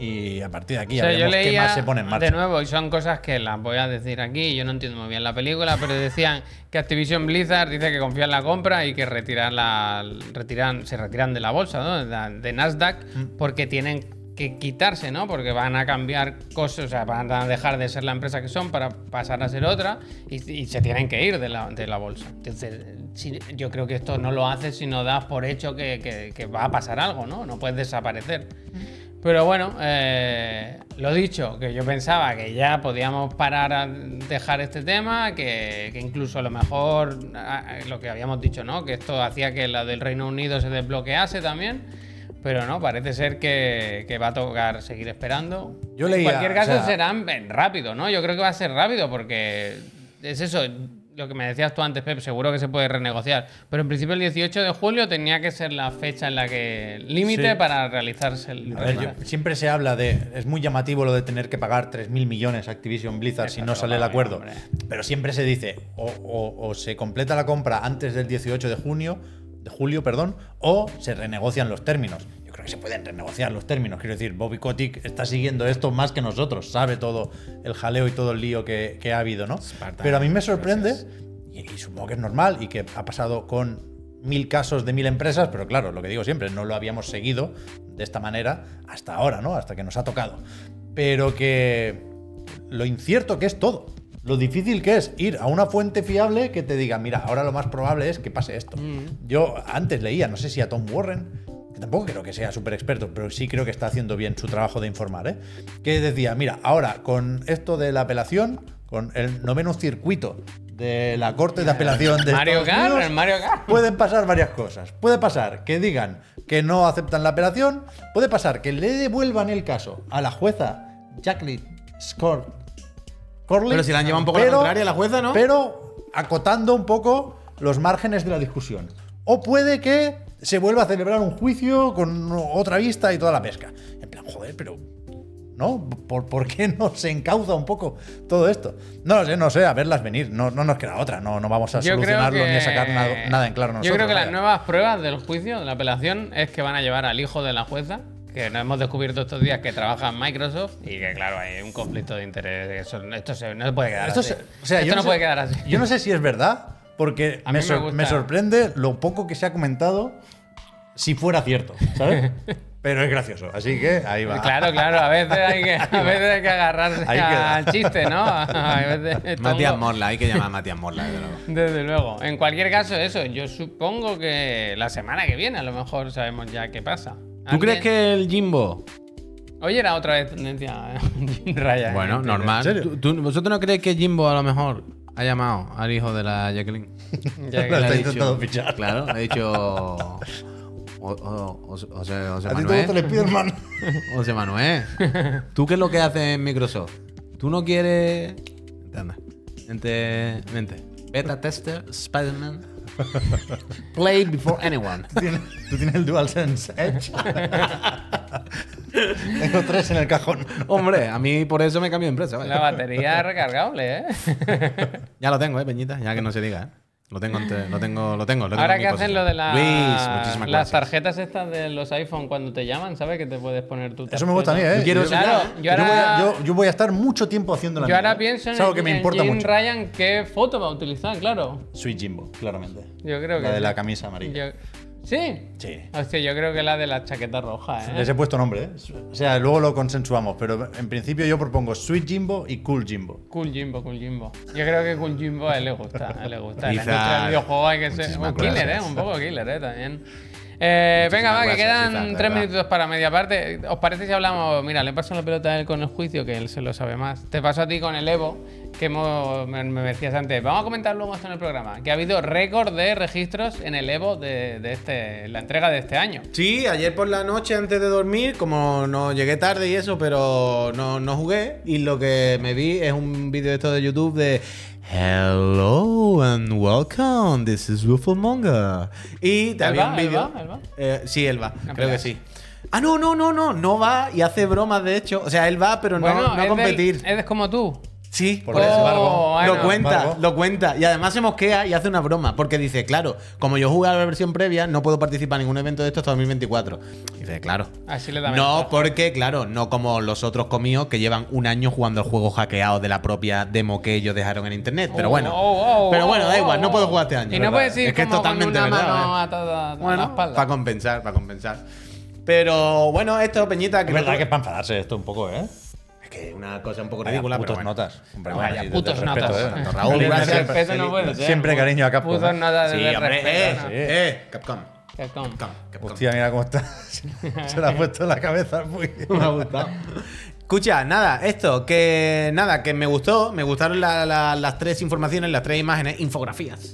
C: Y a partir de aquí
A: O
C: ya
A: sea,
C: veremos qué más se pone en
A: de
C: marcha.
A: nuevo, y son cosas que las voy a decir aquí, yo no entiendo muy bien la película, pero decían que Activision Blizzard dice que confía en la compra y que retirar la, retiran, se retiran de la bolsa, ¿no? De la- de Nasdaq,
C: Mm.
A: porque tienen que quitarse, ¿no? Porque van a cambiar cosas, o sea, van a dejar de ser la empresa que son para pasar a ser otra y, y se tienen que ir de la, de la bolsa. Entonces, si- yo creo que esto no lo haces si no das por hecho que, que- que va a pasar algo, ¿no? No puedes desaparecer. Pero bueno, eh, lo dicho, que yo pensaba que ya podíamos parar a dejar este tema, que, que incluso a lo mejor a- a- lo que habíamos dicho, ¿no? Que esto hacía que la del Reino Unido se desbloquease también. Pero no, parece ser que, que va a tocar seguir esperando.
C: Yo leía,
A: En cualquier caso,
C: o sea-
A: serán eh, rápido, ¿no? Yo creo que va a ser rápido porque es eso, lo que me decías tú antes, Pep, seguro que se puede renegociar. Pero en principio el 18 de julio tenía que ser la fecha en la que límite
C: Sí.
A: para realizarse el...
C: A ver, yo- siempre se habla de. Es muy llamativo lo de tener que pagar 3.000 millones a Activision Blizzard si
A: Esta
C: no
A: se lo
C: sale el
A: pagan,
C: acuerdo.
A: hombre.
C: Pero siempre se dice o, o- o se completa la compra antes del 18 de junio, de julio, perdón, o se renegocian los términos. Yo creo que se pueden renegociar los términos. Quiero decir, Bobby Kotick está siguiendo esto más que nosotros, sabe todo el jaleo y todo el lío que, que ha habido, ¿no?
B: Spartan,
C: Pero a mí me sorprende,
B: gracias.
C: y, y supongo que es normal, y que ha pasado con mil casos de mil empresas, pero claro, lo que digo siempre, no lo habíamos seguido de esta manera hasta ahora, ¿no? Hasta que nos ha tocado. Pero que lo incierto que es todo. Lo difícil que es ir a una fuente fiable que te diga, mira, ahora lo más probable es que pase esto. Yo antes leía, no sé si a Tom Warren, que tampoco creo que sea súper experto, pero sí creo que está haciendo bien su trabajo de informar, ¿eh? que decía, mira, ahora con esto de la apelación, con el noveno circuito de la Corte de Apelación de
A: Mario
C: Estados
A: Kart,
C: Unidos,
A: el Mario Kart.
C: Pueden pasar varias cosas. Puede pasar que digan que no aceptan la apelación. Puede pasar que le devuelvan el caso a la jueza Jacqueline Scott Corley.
B: Pero si la han llevado un poco a la contraria, la jueza, ¿no?
C: Pero acotando un poco los márgenes de la discusión. O puede que se vuelva a celebrar un juicio con otra vista y toda la pesca. En plan, joder, pero ¿no? ¿Por, por qué no se encauza un poco todo esto? No lo sé, no sé, a verlas venir. No, no nos queda otra, no, no vamos a solucionarlo ni a sacar na- nada en claro nosotros.
A: Yo creo que las
C: vaya.
A: nuevas pruebas del juicio, de la apelación, es que van a llevar al hijo de la jueza, que no hemos descubierto estos días que trabaja en Microsoft y que, claro, hay un conflicto de interés. Eso- esto se- no se puede quedar
C: Esto,
A: así.
C: se- o sea,
A: Esto
C: yo
A: no,
C: sé-
A: puede quedar así.
C: Yo no sé si es verdad, porque
A: A
C: me,
A: mí me
C: sor-
A: gusta.
C: me sorprende lo poco que se ha comentado si fuera cierto, ¿sabes? Pero es gracioso, así que ahí va.
A: Claro, claro, a veces hay que, a veces hay que agarrarse
C: Ahí queda.
A: al chiste, ¿no? A veces es
B: Matías
A: tongo.
B: Morla, hay que llamar a Matías Morla, desde luego.
A: Desde luego. En cualquier caso, eso, yo supongo que la semana que viene a lo mejor sabemos ya qué pasa.
B: ¿Tú
A: ¿Alguien-
B: crees que el Jimbo
A: Hoy era otra vez tendencia Jim Ryan. ¿eh?
B: Bueno, normal.
C: serio?
B: ¿Tú- tú- ¿Vosotros no creéis que Jimbo a lo mejor ha llamado al hijo de la Jacqueline?
A: Ya que
C: Lo
A: lo ha
C: está
A: dicho.
C: intentando fichar.
B: Claro, ha dicho. O, o- o- José, José
C: A ti
A: ¿eh?
C: te gusta
B: Manuel.
C: el Spiderman.
B: José Manuel. ¿Tú qué es lo que haces en Microsoft? ¿Tú no quieres. Vente, anda. Vente. vente. Beta tester, Spider-Man. Play before anyone.
C: Tú tienes- Tú tienes el DualSense Edge. Tengo tres en el cajón.
B: Hombre, a mí por eso me cambio de empresa. vaya.
A: La batería recargable, ¿eh?
B: Ya lo tengo, eh, Peñita, ya que no se diga, eh. Lo tengo, ante- lo tengo, lo tengo. lo tengo
A: Ahora
B: en mi
A: que hacen
B: posición.
A: lo de la-
B: Luis, muchísimas
A: las
B: gracias.
A: tarjetas estas de los iPhone cuando te llaman, ¿sabes? Que te puedes poner tu tarjeta.
C: Eso me gusta a mí, ¿eh?
B: Yo quiero-
A: Claro, yo
C: voy a,
A: ahora-
C: yo- yo voy a estar mucho tiempo haciendo la
A: Yo ahora
C: mía, ¿eh?
A: pienso en,
C: Es algo que me
A: en
C: importa
A: Jim
C: mucho.
A: Ryan qué foto va a utilizar, claro.
C: Sweet Jimbo, claramente.
A: Yo creo
C: La
A: que
C: de
A: sí.
C: la camisa amarilla.
A: Yo- ¿Sí?
C: Sí.
A: Hostia, yo creo que la de la chaqueta roja, ¿eh?
C: Les he puesto nombre, ¿eh? O sea, luego lo consensuamos, pero en principio yo propongo Sweet Jimbo y Cool Jimbo.
A: Cool Jimbo, Cool Jimbo. Yo creo que Cool Jimbo a él le gusta, a él le gusta. La
B: Quizás.
A: industria del videojuego hay que ser
B: Muchísimas
A: un killer, ¿eh?
B: gracias.
A: Un poco killer, ¿eh? También. Eh, venga, va, que
B: gracias,
A: quedan
B: quizás, de
A: tres
B: verdad.
A: minutos para media parte. ¿Os parece si hablamos? Mira, le paso la pelota a él con el juicio, que él se lo sabe más. Te paso a ti con el Evo, que hemos, me, me decías antes. Vamos a comentar luego esto en el programa, que ha habido récord de registros en el Evo de, de este, la entrega de este año.
B: Sí, ayer por la noche antes de dormir, como no llegué tarde y eso, pero no, no jugué. Y lo que me vi es un vídeo de esto de YouTube de Hello and welcome, this is Ruffle Monger. Y te
A: Él
B: había
A: va,
B: un
A: él
B: vídeo.
A: va, él va.
B: Eh, sí, él va,
A: No
B: creo que
A: peleas.
B: sí. Ah, no, no, no, no, no va y hace bromas de hecho. O sea, él va, pero no-
A: Bueno,
B: no,
A: es
B: a
A: del-
B: competir.
A: es como tú.
B: Sí,
C: Por embargo,
A: Oh, bueno.
B: lo cuenta,
C: embargo-
B: lo cuenta. Y además se mosquea y hace una broma. Porque dice, claro, como yo jugué a la versión previa, no puedo participar en ningún evento de esto hasta 2024. Y dice, claro.
A: Así le da
B: No,
A: ventaja.
B: porque, claro, no como los otros comíos que llevan un año jugando el juego hackeado de la propia demo que ellos dejaron en internet. Pero
A: Oh,
B: bueno,
A: oh, oh,
B: pero bueno, da
A: oh,
B: igual, no
A: oh.
B: puedo jugar este año.
A: Y no
B: ¿verdad?
A: puedes ir
B: Es que es
A: como con
B: totalmente
A: una
B: verdad,
A: mano
B: ¿eh?
A: atada a la
B: Bueno,
A: espalda.
B: para compensar, para compensar. Pero bueno, esto, Peñita, que
C: Es verdad que
B: nosotros-
C: es para enfadarse esto un poco, ¿eh?
B: es que es una cosa un poco
C: Vaya
B: ridícula, pero
C: putos
B: bueno.
C: notas. Hombre,
A: Vaya
C: bueno, sí,
A: putos
C: del respeto,
A: notas.
C: ¿eh?
A: Tanto
B: Raúl,
C: Siempre
B: gracias.
C: cariño-
A: Respeto no puede ser.
C: Siempre cariño a Capcom.
A: Putos
C: ¿eh?
A: notas de
B: Sí, hombre, eh,
A: respeto,
C: sí.
B: eh, Capcom.
A: Capcom.
B: Capcom, Capcom.
C: Hostia, mira cómo está. Se la ha puesto en la cabeza. Muy...
B: Me ha gustado. Escucha, nada, esto, que nada, que me gustó, me gustaron la- la- las tres informaciones, las tres imágenes, infografías,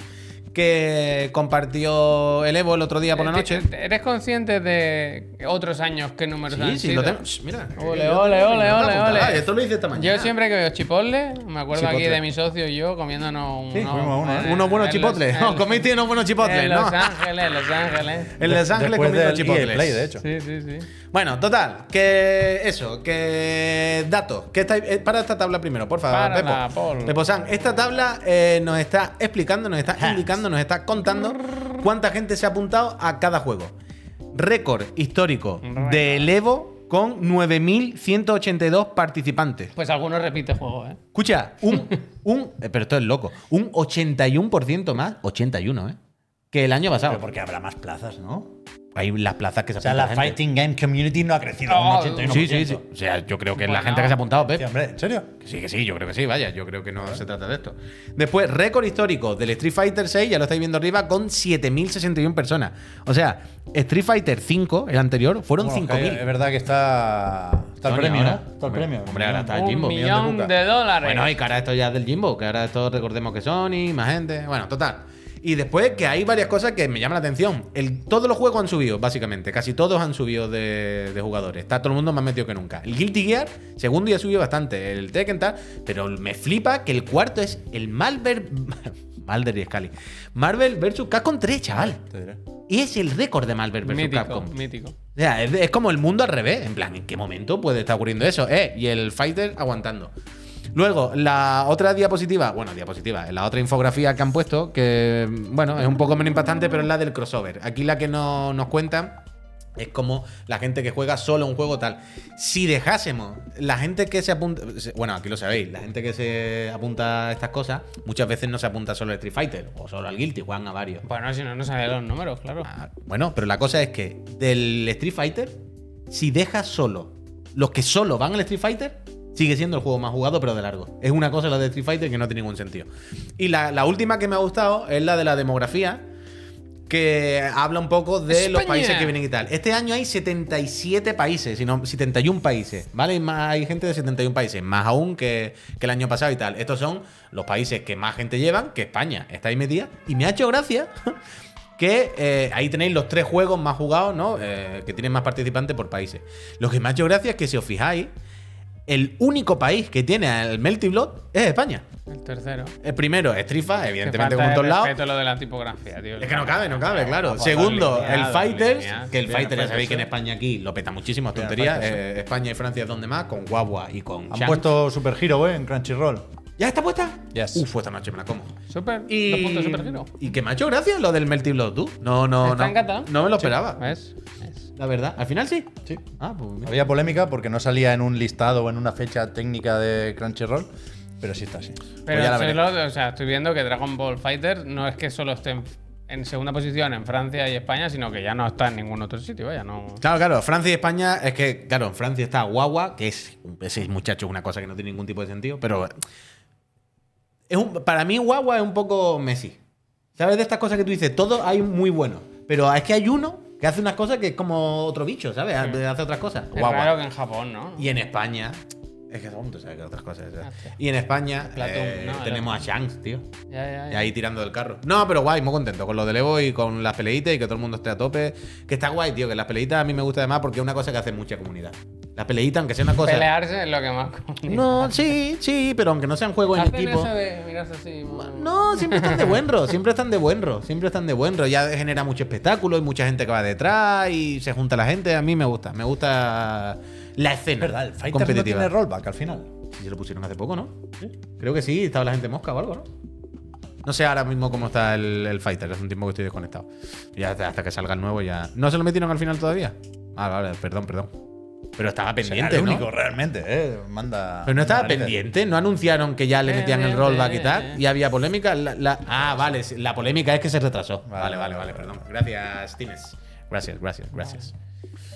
B: que compartió el Evo el otro día por la noche.
A: ¿Te- ¿Eres consciente de otros años qué números han
B: Sí, sí,
A: sido?
B: lo tengo. Shh, Mira.
A: Ole,
B: Yo-
A: ole, ole,
B: yo-
A: ole, ole.
B: Ah, Esto lo hice esta mañana.
A: Yo siempre que veo chipotle, me acuerdo aquí
B: Chipotle.
A: de mi socio y yo comiéndonos
C: Sí,
A: unos,
C: fuimos uno, ¿eh?
B: Unos buenos
A: en
B: chipotles.
A: Los-
B: No,
A: en-
B: comiste unos buenos chipotles,
A: en
B: ¿no?
A: Los Ángeles, Los Ángeles. E
B: En Los Ángeles
C: Después
B: comimos
C: del
B: chipotles.
C: EA Play, de hecho.
A: Sí, sí, sí.
B: Bueno, total, que eso, que datos. Que estáis- eh, para esta tabla primero, por favor,
A: Párala,
B: Pepo.
A: Paul.
B: Pepo San, esta tabla eh, nos está explicando, nos está indicando, nos está contando cuánta gente se ha apuntado a cada juego. Récord histórico del Evo con 9.182 participantes.
A: Pues algunos repite juego, ¿eh?
B: Escucha, un, un eh, pero esto es loco, un 81% más, 81, ¿eh? Que el año pasado.
C: Pero porque habrá más plazas, ¿no?
B: Hay las plazas que se
C: O sea, la
B: apunta gente.
C: Fighting Game Community no ha crecido
A: Oh,
C: un 81%.
B: Sí, sí, sí. O sea, yo creo que es la
A: Bueno.
B: gente que se ha apuntado, Pep.
C: Hostia, hombre, ¿en serio?
B: Que sí, que sí, yo creo que sí, vaya, yo creo que no se trata de esto. Después, récord histórico del Street Fighter 6, ya lo estáis viendo arriba, con 7.061 personas. O sea, Street Fighter 5, el anterior, fueron
C: Bueno, eh, que
B: 5.000.
C: Es verdad que está, está el
B: Coño,
C: premio,
B: ahora.
C: ¿no? Está el
B: Hombre,
C: premio.
B: hombre, ahora está. Ah,
A: Un
B: Jimbo, millón
C: de
A: millón de,
C: cuca.
A: dólares.
B: Bueno, y que ahora esto ya es del Jimbo, que ahora esto recordemos que Sony, más gente. Bueno, total. Y después que hay varias cosas que me llaman la atención. El, todos los juegos han subido, básicamente. Casi todos han subido de, de jugadores. Está todo el mundo más metido que nunca. El Guilty Gear, segundo ya subido bastante. El Tekken tal. Pero me flipa que el cuarto es el Malver... Malder y Scali. Marvel vs. Capcom 3, chaval.
C: Te diré.
B: Y es el récord de Marvel vs.
A: mítico,
B: Capcom.
A: mítico.
B: O sea, es, es como el mundo al revés. En plan, ¿en qué momento puede estar ocurriendo eso? Eh, y el fighter aguantando. Luego, la otra diapositiva, bueno, diapositiva, la otra infografía que han puesto, que, bueno, es un poco menos impactante, pero es la del crossover. Aquí la que no- nos cuentan es como la gente que juega solo un juego tal. Si dejásemos la gente que se apunta, bueno, aquí lo sabéis, la gente que se apunta a estas cosas, muchas veces no se apunta solo al Street Fighter o solo al Guilty, juegan a varios.
A: Bueno, si no, no salen los números, claro.
B: Ah, Bueno, pero la cosa es que del Street Fighter, si dejas solo los que solo van al Street Fighter, sigue siendo el juego más jugado, pero de largo. Es una cosa la de Street Fighter que no tiene ningún sentido. Y la, la última que me ha gustado es la de la demografía, que habla un poco de los
A: España.
B: países que vienen y tal. Este año hay 77 países, sino 71 países, ¿vale? Y más- hay gente de 71 países, más aún que, que el año pasado y tal. Estos son los países que más gente llevan, que España está ahí metida. Y me ha hecho gracia que eh, ahí tenéis los tres juegos más jugados, ¿no? Eh, que tienen más participantes por países. Lo que me ha hecho gracia es que si os fijáis, el único país que tiene al Melty Blood es España.
A: El tercero.
B: El primero es Trifa,
A: Que
B: evidentemente,
A: falta
B: como en
A: de
B: todos lados.
A: respeto lo de la tipografía, tío.
B: Es que no cabe, no cabe, claro.
A: Vamos,
B: Segundo,
A: dos
B: el
A: líneas,
B: Fighters,
A: dos líneas.
B: que el Fighters,
C: Bien,
B: ya
C: Fighters,
B: sabéis que en
C: sí.
B: España aquí lo peta muchísimo, es
C: Bien,
B: tontería.
C: Fighters,
B: Eh, España y Francia es donde más, con Guagua y con
C: Han
B: Shanks.
C: puesto Super Hero, ¿eh? En Crunchyroll.
B: ¿Ya está puesta?
C: Yes.
B: Uf, esta noche me la como.
A: Super.
B: Y,
A: Dos puntos super giro.
B: y que me ha hecho gracia lo del Melty Blood, tú. No, no,
A: Está
B: no.
A: en catalán.
B: No me lo esperaba.
A: ¿Ves? ¿Ves?
B: La verdad. ¿Al final sí?
C: Sí.
B: Ah, pues mira.
C: Había polémica porque no salía en un listado o en una fecha técnica de Crunchyroll, pero sí está así.
A: Pero
B: ya la
A: soy lo- o sea, estoy viendo que Dragon Ball Fighter no es que solo esté en, en segunda posición en Francia y España, sino que ya no está en ningún otro sitio, vaya, no.
B: Claro, claro, Francia y España, es que, claro, en Francia está Guagua, que es, ese muchacho es una cosa que no tiene ningún tipo de sentido, pero es un- para mí Guagua es un poco Messi. ¿Sabes de estas cosas que tú dices? Todo hay muy bueno, pero es que hay uno que hace unas cosas que es como otro bicho, ¿sabes? Hace otras cosas.
A: Es
B: Guagua.
A: raro que en Japón, ¿no?
B: Y en España. Es que son, tú sabes que otras cosas. ¿sabes?
A: Ah, sí.
B: Y en España
A: Platón,
B: eh,
A: no, el
B: tenemos a
A: otro.
B: Shanks, tío.
A: Ya, ya,
B: Y
A: ya.
B: ahí tirando del carro. No, pero guay, muy contento con lo del Evo y con las peleitas y que todo el mundo esté a tope. Que está guay, tío, que las peleitas a mí me gusta además porque es una cosa que hace mucha comunidad. Las peleitas, aunque sea una cosa.
A: Pelearse es lo que más conviene.
B: No, sí, sí, pero aunque no sean juegos en
A: Hacen
B: equipo.
A: eso de mirarse así. mm.
B: No, siempre están de buen ro, siempre están de buen ro, siempre están de buen ro. Ya genera mucho espectáculo y mucha gente que va detrás y se junta la gente. A mí me gusta, me gusta la escena
C: Es verdad, el Fighter no
B: competitiva.
C: tiene rollback al final.
B: Si se lo pusieron hace poco, ¿no? Creo que sí, estaba la gente mosca o algo, ¿no? No sé ahora mismo cómo está el, el Fighter, hace un tiempo que estoy desconectado. Ya hasta, hasta que salga el nuevo ya. ¿No se lo metieron al final todavía? Ah, vale, perdón, perdón. Pero estaba
C: Será
B: pendiente,
C: el
B: ¿no?
C: único realmente, ¿eh? Manda.
B: Pero no estaba
C: manda narices.
B: pendiente, no anunciaron que ya
A: Eh,
B: le metían el rollback y tal, y había polémica. La- la- ah, vale, sí, la polémica es que se retrasó. Vale, vale, vale, perdón. Gracias, Tines. Gracias, gracias, gracias.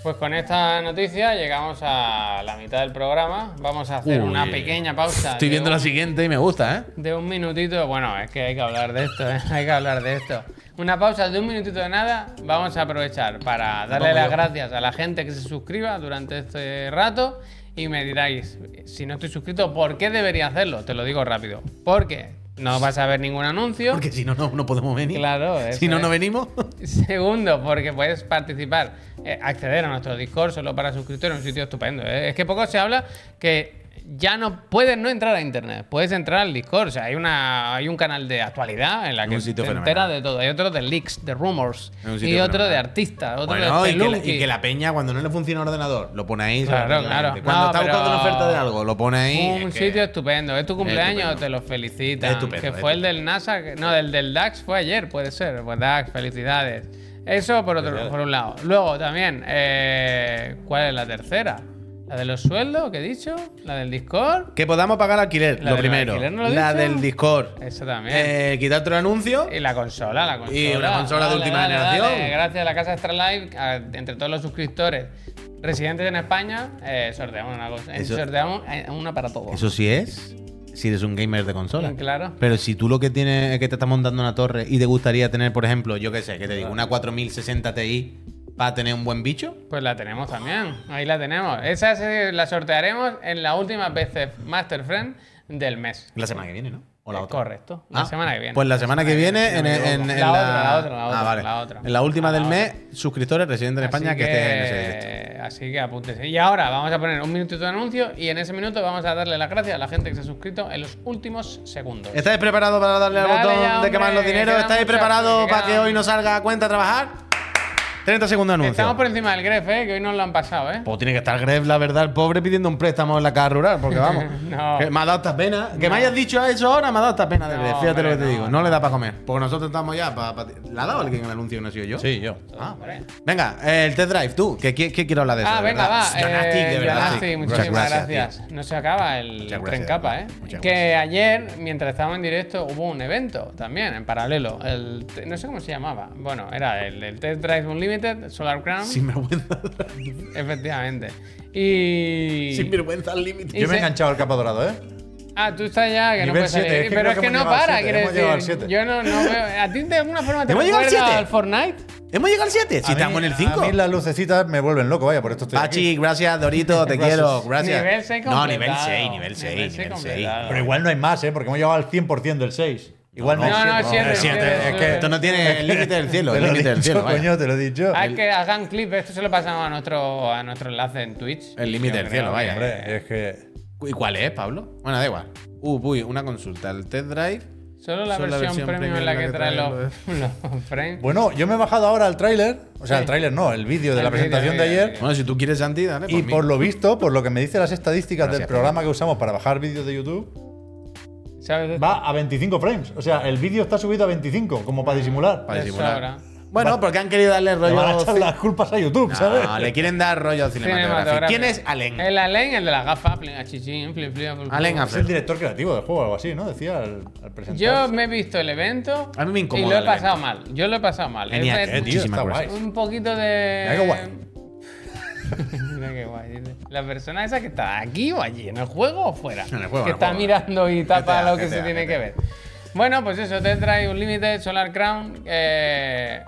A: Pues con esta noticia llegamos a la mitad del programa. Vamos a hacer
B: Uy.
A: una pequeña pausa.
B: Estoy
A: de
B: viendo
A: un-
B: la siguiente y me gusta, ¿eh?
A: De un minutito, bueno, es que hay que hablar de esto, ¿eh? hay que hablar de esto. Una pausa de un minutito de nada, vamos a aprovechar para darle las gracias a la gente que se suscriba durante este rato y me diráis, si no estoy suscrito, ¿por qué debería hacerlo? Te lo digo rápido, porque no vas a ver ningún anuncio.
B: Porque si no, no, no podemos venir.
A: Claro, eso
B: Si no,
A: es.
B: no venimos.
A: Segundo, porque puedes participar, eh, acceder a nuestro Discord solo para suscriptores, un sitio estupendo. ¿eh? Es que poco se habla que ya no puedes no entrar a internet, puedes entrar al Discord. O sea, hay, una, hay un canal de actualidad en la
B: Un
A: que te
B: sitio fenomenal.
A: enteras de todo. Hay otro de leaks, de rumors,
B: Es un
A: y
B: sitio
A: otro de
B: fenomenal.
A: artistas, otro
B: Bueno,
A: de
B: y que, la,
A: Spelunky.
B: y que la peña, cuando no le funciona el ordenador, lo pone ahí.
A: Claro,
B: tranquilamente.
A: claro.
B: Cuando
A: No,
B: está
A: pero-
B: buscando una oferta de algo, lo pone ahí.
A: Un
B: es que-
A: sitio estupendo. Es tu cumpleaños,
B: estupendo.
A: te lo felicitan.
B: Es estupendo,
A: que
B: es
A: fue el del NASA, que- no, del del DAX fue ayer, puede ser. Pues DAX, felicidades. Eso por otro, por un lado. Luego también, eh, ¿cuál es la tercera? ¿La de los sueldos que he dicho? ¿La del Discord?
B: Que podamos pagar alquiler,
A: La
B: lo
A: del
B: primero.
A: alquiler, ¿no lo he
B: la
A: dicho? Eh,
B: del Discord.
A: Eso también.
B: Eh, quitar otro anuncio.
A: Y la consola, la consola.
B: Y una consola de última generación.
A: Gracias a la casa Extra Live, a- entre todos los suscriptores residentes en España, eh, sorteamos, una, cosa-
B: Eso-
A: sorteamos eh, una para todos.
B: Eso sí es, si eres un gamer de consola.
A: Mm, Claro.
B: Pero si tú lo que tienes es que te estás montando una torre y te gustaría tener, por ejemplo, yo qué sé, que te digo, una 4060 Ti para tener un buen bicho.
A: Pues la tenemos también, ahí la tenemos. Esa se- la sortearemos en la última PC Master Friend del mes.
B: La semana que viene, ¿no? O la
A: Es
B: otra.
A: Correcto, la
B: Ah,
A: semana que viene.
B: Pues la semana que viene,
A: si no
B: en,
A: me equivoco.
B: en- en
A: La otra, la otra, la otra,
B: Ah, vale.
A: la otra. Ah,
B: En la última
A: La
B: del
A: otra.
B: mes, suscriptores residentes en
A: Así
B: España que, estén en ese directo.
A: Así que apúntese. Y ahora vamos a poner un minutito de anuncio y en ese minuto vamos a darle las gracias a la gente que se ha suscrito en los últimos segundos.
B: ¿Estáis preparados para darle al
A: Dale
B: botón
A: ya,
B: de quemar
A: hombre,
B: los
A: que
B: dineros?
A: queda
B: ¿Estáis
A: mucho,
B: preparados
A: que
B: para
A: queda
B: que hoy
A: mucho.
B: no salga a cuenta a trabajar? 30 segundos de anuncio.
A: Estamos por encima del gref, ¿eh? que hoy nos lo han pasado, ¿eh?
B: Pues tiene que estar Gref, la verdad, el pobre pidiendo un préstamo en la caja rural, porque vamos.
A: No.
B: que me ha dado esta pena. Que me hayas dicho a eso ahora me ha dado esta pena de
A: No,
B: Gref. Fíjate lo
A: hombre,
B: que te
A: no,
B: digo. No,
A: no.
B: le da para comer. Porque nosotros estamos ya para. ¿La ha dado alguien el anuncio que no he sido yo?
C: Sí, yo.
B: Ah,
A: Hombre.
B: Venga, eh, el test drive, tú. ¿Qué, qué, qué quiero hablar de eso?
A: Ah,
B: de
A: venga,
B: verdad?
A: va.
B: Psst, Jonasti,
A: eh,
B: de verdad.
A: Jonasti,
B: Sí.
A: muchísimas
B: Muchas
A: gracias.
B: tío.
A: No se acaba el
B: Muchas
A: tren
B: gracias,
A: capa, ¿eh?
B: tío. Muchas
A: Que ayer, mientras estábamos en directo, hubo un evento también, en paralelo. El te- no sé cómo se llamaba. Bueno, era el, del Test Drive Unlimited, Solar Crown.
B: Sin vergüenza.
A: Efectivamente. Y.
B: Sin vergüenza al límite.
A: Y
C: Yo me
A: se-
C: he enganchado al capa dorado, ¿eh?
A: Ah, tú estás ya, que no
C: Nivel
A: puedes
C: siete,
A: salir.
C: es que
A: Pero
C: creo
A: es
C: que
A: que
C: hemos
A: no
C: llegado al
A: para,
C: siete,
A: quiero
C: hemos llegado al
A: decir.
C: siete.
A: Yo no, no veo. ¿A ti de alguna forma te
B: ¿Hemos llegado al
A: recuerda
B: siete?
A: al Fortnite?
B: ¿Hemos llegado al 7? Si
C: A mí-
B: estamos en el
C: A
B: 5.
C: mí las lucecitas me vuelven loco, vaya, por esto estoy aquí.
B: Pachi, gracias, Dorito, te
C: Gracias.
B: quiero. Gracias.
A: Nivel seis
B: no, nivel
A: completado.
B: 6, nivel 6,
A: Nivel
B: nivel
A: seis
B: 6.
A: completado.
C: Pero igual no hay más, ¿eh? Porque hemos llegado al 100% del 6. Igual
B: No,
C: hay
B: no,
C: siete.
A: no, siete, siete,
C: es siete,
A: siete.
C: es que-
B: Esto no tiene el límite del cielo,
C: Te
B: el
C: lo he
B: límite del
C: dicho,
B: cielo. vaya.
C: coño, te lo he dicho.
A: Hay Ah, que hagan clip, esto se lo pasamos a nuestro, a nuestro enlace en Twitch.
B: El límite
A: Yo
B: del
A: creo
B: cielo, vaya.
A: que-
C: Hombre, es que.
B: ¿Y cuál es, Pablo? Bueno, da igual. Uh, uy, una consulta. El test drive.
A: Solo la
B: Solo
A: versión, premium es la que trae los, los frames.
C: Bueno, yo me he bajado ahora al tráiler. O sea, el tráiler no, el vídeo de
A: El
C: la
A: vídeo,
C: presentación de
A: el vídeo, el
C: ayer.
A: vídeo.
B: Bueno, si tú quieres, Santi, dale.
C: Y
B: mí.
C: por lo visto, por lo que me dicen las estadísticas
B: Gracias,
C: del
B: Pablo.
C: programa que usamos para bajar vídeos de YouTube,
A: ¿Sabes? de-
C: va a 25 frames. O sea, el vídeo está subido a 25, como para disimular.
B: Para
A: de
B: disimular.
A: sobra.
B: Bueno, porque han querido darle
C: Le
B: rollo.
C: van a echar
B: ci-
C: las culpas a YouTube, ¿sabes?
B: No, le quieren dar rollo cinematográfico.
A: Cinematográfico.
B: ¿Quién es Alen?
A: El Alen, el de la gafa. pli- a Chichín, flip, flip, flip,
B: Alen
A: flip.
C: Es el
B: Affleck.
C: director creativo del juego, algo así, ¿no? Decía al, al presentar.
A: Yo me he visto el evento
B: A mí me incomoda
A: y lo he
B: el
A: pasado mal. Yo lo he pasado mal.
B: Genial,
A: Es-
C: Eh, tío,
B: Muchísimas
C: está
B: gracias.
C: guay.
A: un poquito de.
C: Mira qué guay.
A: Mira qué guay, dice. La persona esa que está aquí o allí, en el juego o fuera.
B: En el juego,
A: que
B: en el
A: está
B: juego.
A: mirando y tapa
B: GTA,
A: lo que se
B: GTA.
A: tiene que ver. Bueno, pues eso, te trae un límite, Solar Crown. eh,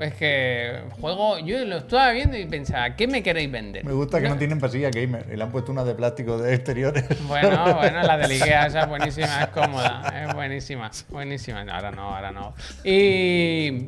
A: Es que juego, yo lo estaba viendo y pensaba, ¿qué me queréis vender?
C: Me gusta que no tienen pasilla gamer y le han puesto una de plástico de exteriores.
A: Bueno, bueno, la de Ikea esa es buenísima, es cómoda, es buenísima, buenísima. No, ahora no, ahora no. Y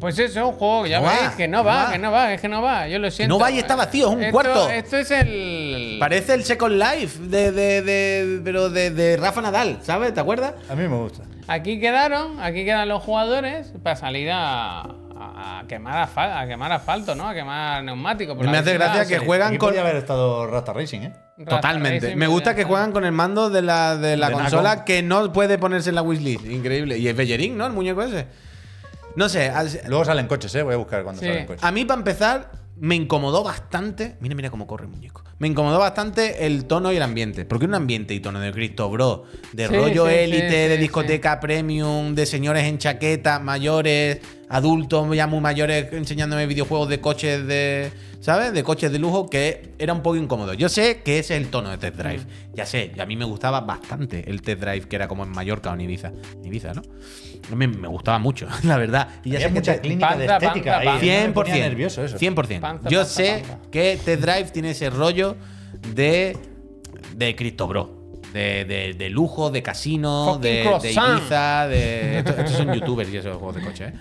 A: pues eso, un juego que ya
B: No va,
A: veis que no va,
B: no va.
A: que no va, es que no va, yo lo siento.
B: No va y está vacío, es un
A: Esto-
B: cuarto.
A: Esto es el
B: Parece el Second Life de, de, de, pero de, de Rafa Nadal, ¿sabes? ¿Te acuerdas?
C: A mí me gusta.
A: Aquí quedaron, aquí quedan los jugadores para salir a, a- a, a quemar, asfal- a quemar asfalto, ¿no? A quemar neumáticos. por
B: Me
A: la
B: hace
A: vecindad,
B: gracia
A: sí.
B: que juegan
C: Aquí
B: con.
C: podía haber estado Rata Racing, ¿eh?
A: Rasta
B: Totalmente.
A: Racing,
B: Me gusta
A: ya
B: que
A: está.
B: juegan con el mando de la, de la
C: De
B: consola
C: Nacon.
B: que no puede ponerse en la wishlist. Increíble. Y es Bellerín, ¿no? El muñeco ese. No sé. al-
C: Luego salen coches, ¿eh? Voy a buscar cuando
A: Sí.
C: salen coches.
B: A mí, para empezar, me incomodó bastante. Mira, mira cómo corre el muñeco. Me incomodó bastante el tono y el ambiente. Porque un ambiente y tono de Cristo, bro, de
A: Sí,
B: rollo
A: sí,
B: élite,
A: sí,
B: de
A: sí,
B: discoteca premium, de señores en chaquetas, mayores, adultos ya muy mayores enseñándome videojuegos de coches de. ¿Sabes? De coches de lujo que era un poco incómodo. Yo sé que ese es el tono de Test Drive.
A: Mm.
B: Ya sé, a mí me gustaba bastante el Test Drive que era como en Mallorca o en Ibiza. En Ibiza, ¿no? Me, me gustaba mucho, la verdad. Y ya
C: Había
B: sé que
C: mucha
B: te-
C: clínica de
A: Panza,
C: estética eh.
A: panza,
C: ahí.
A: panza.
C: Me
B: 100%.
C: ponía nervioso eso.
B: 100%.
A: Panza,
B: Yo
A: panza,
B: sé
A: panza.
B: que Test Drive tiene ese rollo de. de Cristo Bro. De, de- de lujo, de casino,
A: Fucking
B: de, de
A: croissant.
B: Ibiza, de. Estos, estos son youtubers y esos juegos de coche, ¿eh?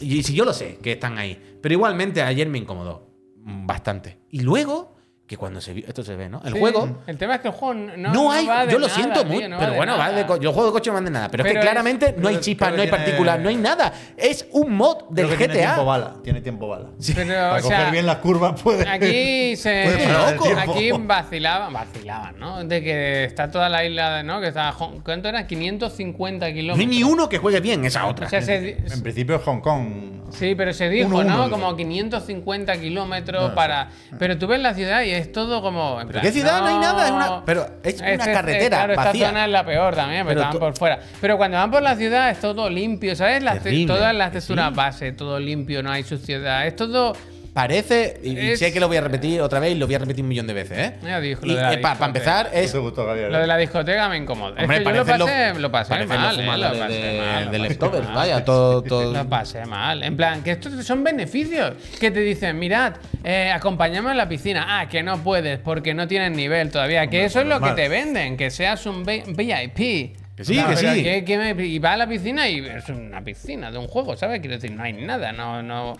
B: Y si yo lo sé, que están ahí. Pero igualmente ayer me incomodó. mm, Bastante. Y luego, que cuando se vio. Esto se ve, ¿no? El
A: Sí,
B: juego.
A: El tema es que el juego no,
B: No,
A: no
B: hay.
A: va de
B: yo lo
A: nada,
B: siento
A: tío,
B: mucho.
A: no
B: pero
A: de
B: bueno, va
A: nada.
B: de co- yo juego de coche no van de nada. Pero, es
A: Pero
B: que
A: es-
B: claramente no hay
C: pero-
B: chispas,
C: pero
B: no hay
C: tiene-
B: partículas, no hay nada. Es un mod del
C: Creo que Tiene tiempo
B: GTA.
C: bala. Tiene tiempo bala.
A: Pero,
C: Para
A: o
C: coger
A: sea,
C: bien las curvas puede.
A: Aquí
C: Puede
A: se.
C: parar el
B: Pues loco.
C: tiempo.
A: Aquí vacilaban, vacilaban, ¿no? De que está toda la isla, de- ¿no? Que está. Hong- ¿Cuánto era? 550
B: No
A: kilómetros.
B: hay ni uno que juegue bien esa otra.
A: O sea, se-
C: En principio es Hong Kong.
A: Sí, pero se dijo,
C: Uno,
A: ¿no?
C: uno.
A: como 550 kilómetros para. Pero tú ves la ciudad y es todo como. en
B: Ah, ¿Pero
A: plan, este,
B: qué ciudad? No hay nada, es una- pero es una carretera
A: claro,
B: vacía.
A: Esta zona es la peor también, pero,
B: Pero
A: estaban
B: to-
A: por fuera. Pero cuando van por la ciudad es todo limpio, ¿sabes? Las te-
B: Terrible,
A: todas las texturas base, todo limpio, no hay suciedad. Es todo.
B: Parece, y y
A: Es-
B: sé que lo voy a repetir otra vez y lo voy a repetir un millón de veces, ¿eh?
A: Ya dijo lo de la
B: Para
A: discoteca.
B: empezar, es.
C: Eso gustó, Javier. eh.
A: Lo de la discoteca me incomoda. es que yo lo
B: parecen
A: pasé,
B: los-
A: lo pasé
B: parecen los
A: mal, eh,
B: fumadores
A: lo pasé
B: de,
A: mal, lo
B: de
A: pasé
B: leftovers,
A: mal.
B: vaya, todo. todo-
A: Lo pasé mal. En plan, que estos son beneficios. Que te dicen, mirad, eh, acompáñame a la piscina. Ah, que no puedes porque no tienes nivel todavía. Que eso es lo que
C: normal.
A: te venden, que seas un vi- VIP.
B: Que sí, que
A: pero
B: sí.
A: que- que me- y va a la piscina y es una piscina de un juego, ¿sabes? Quiero decir, no hay nada, no, no.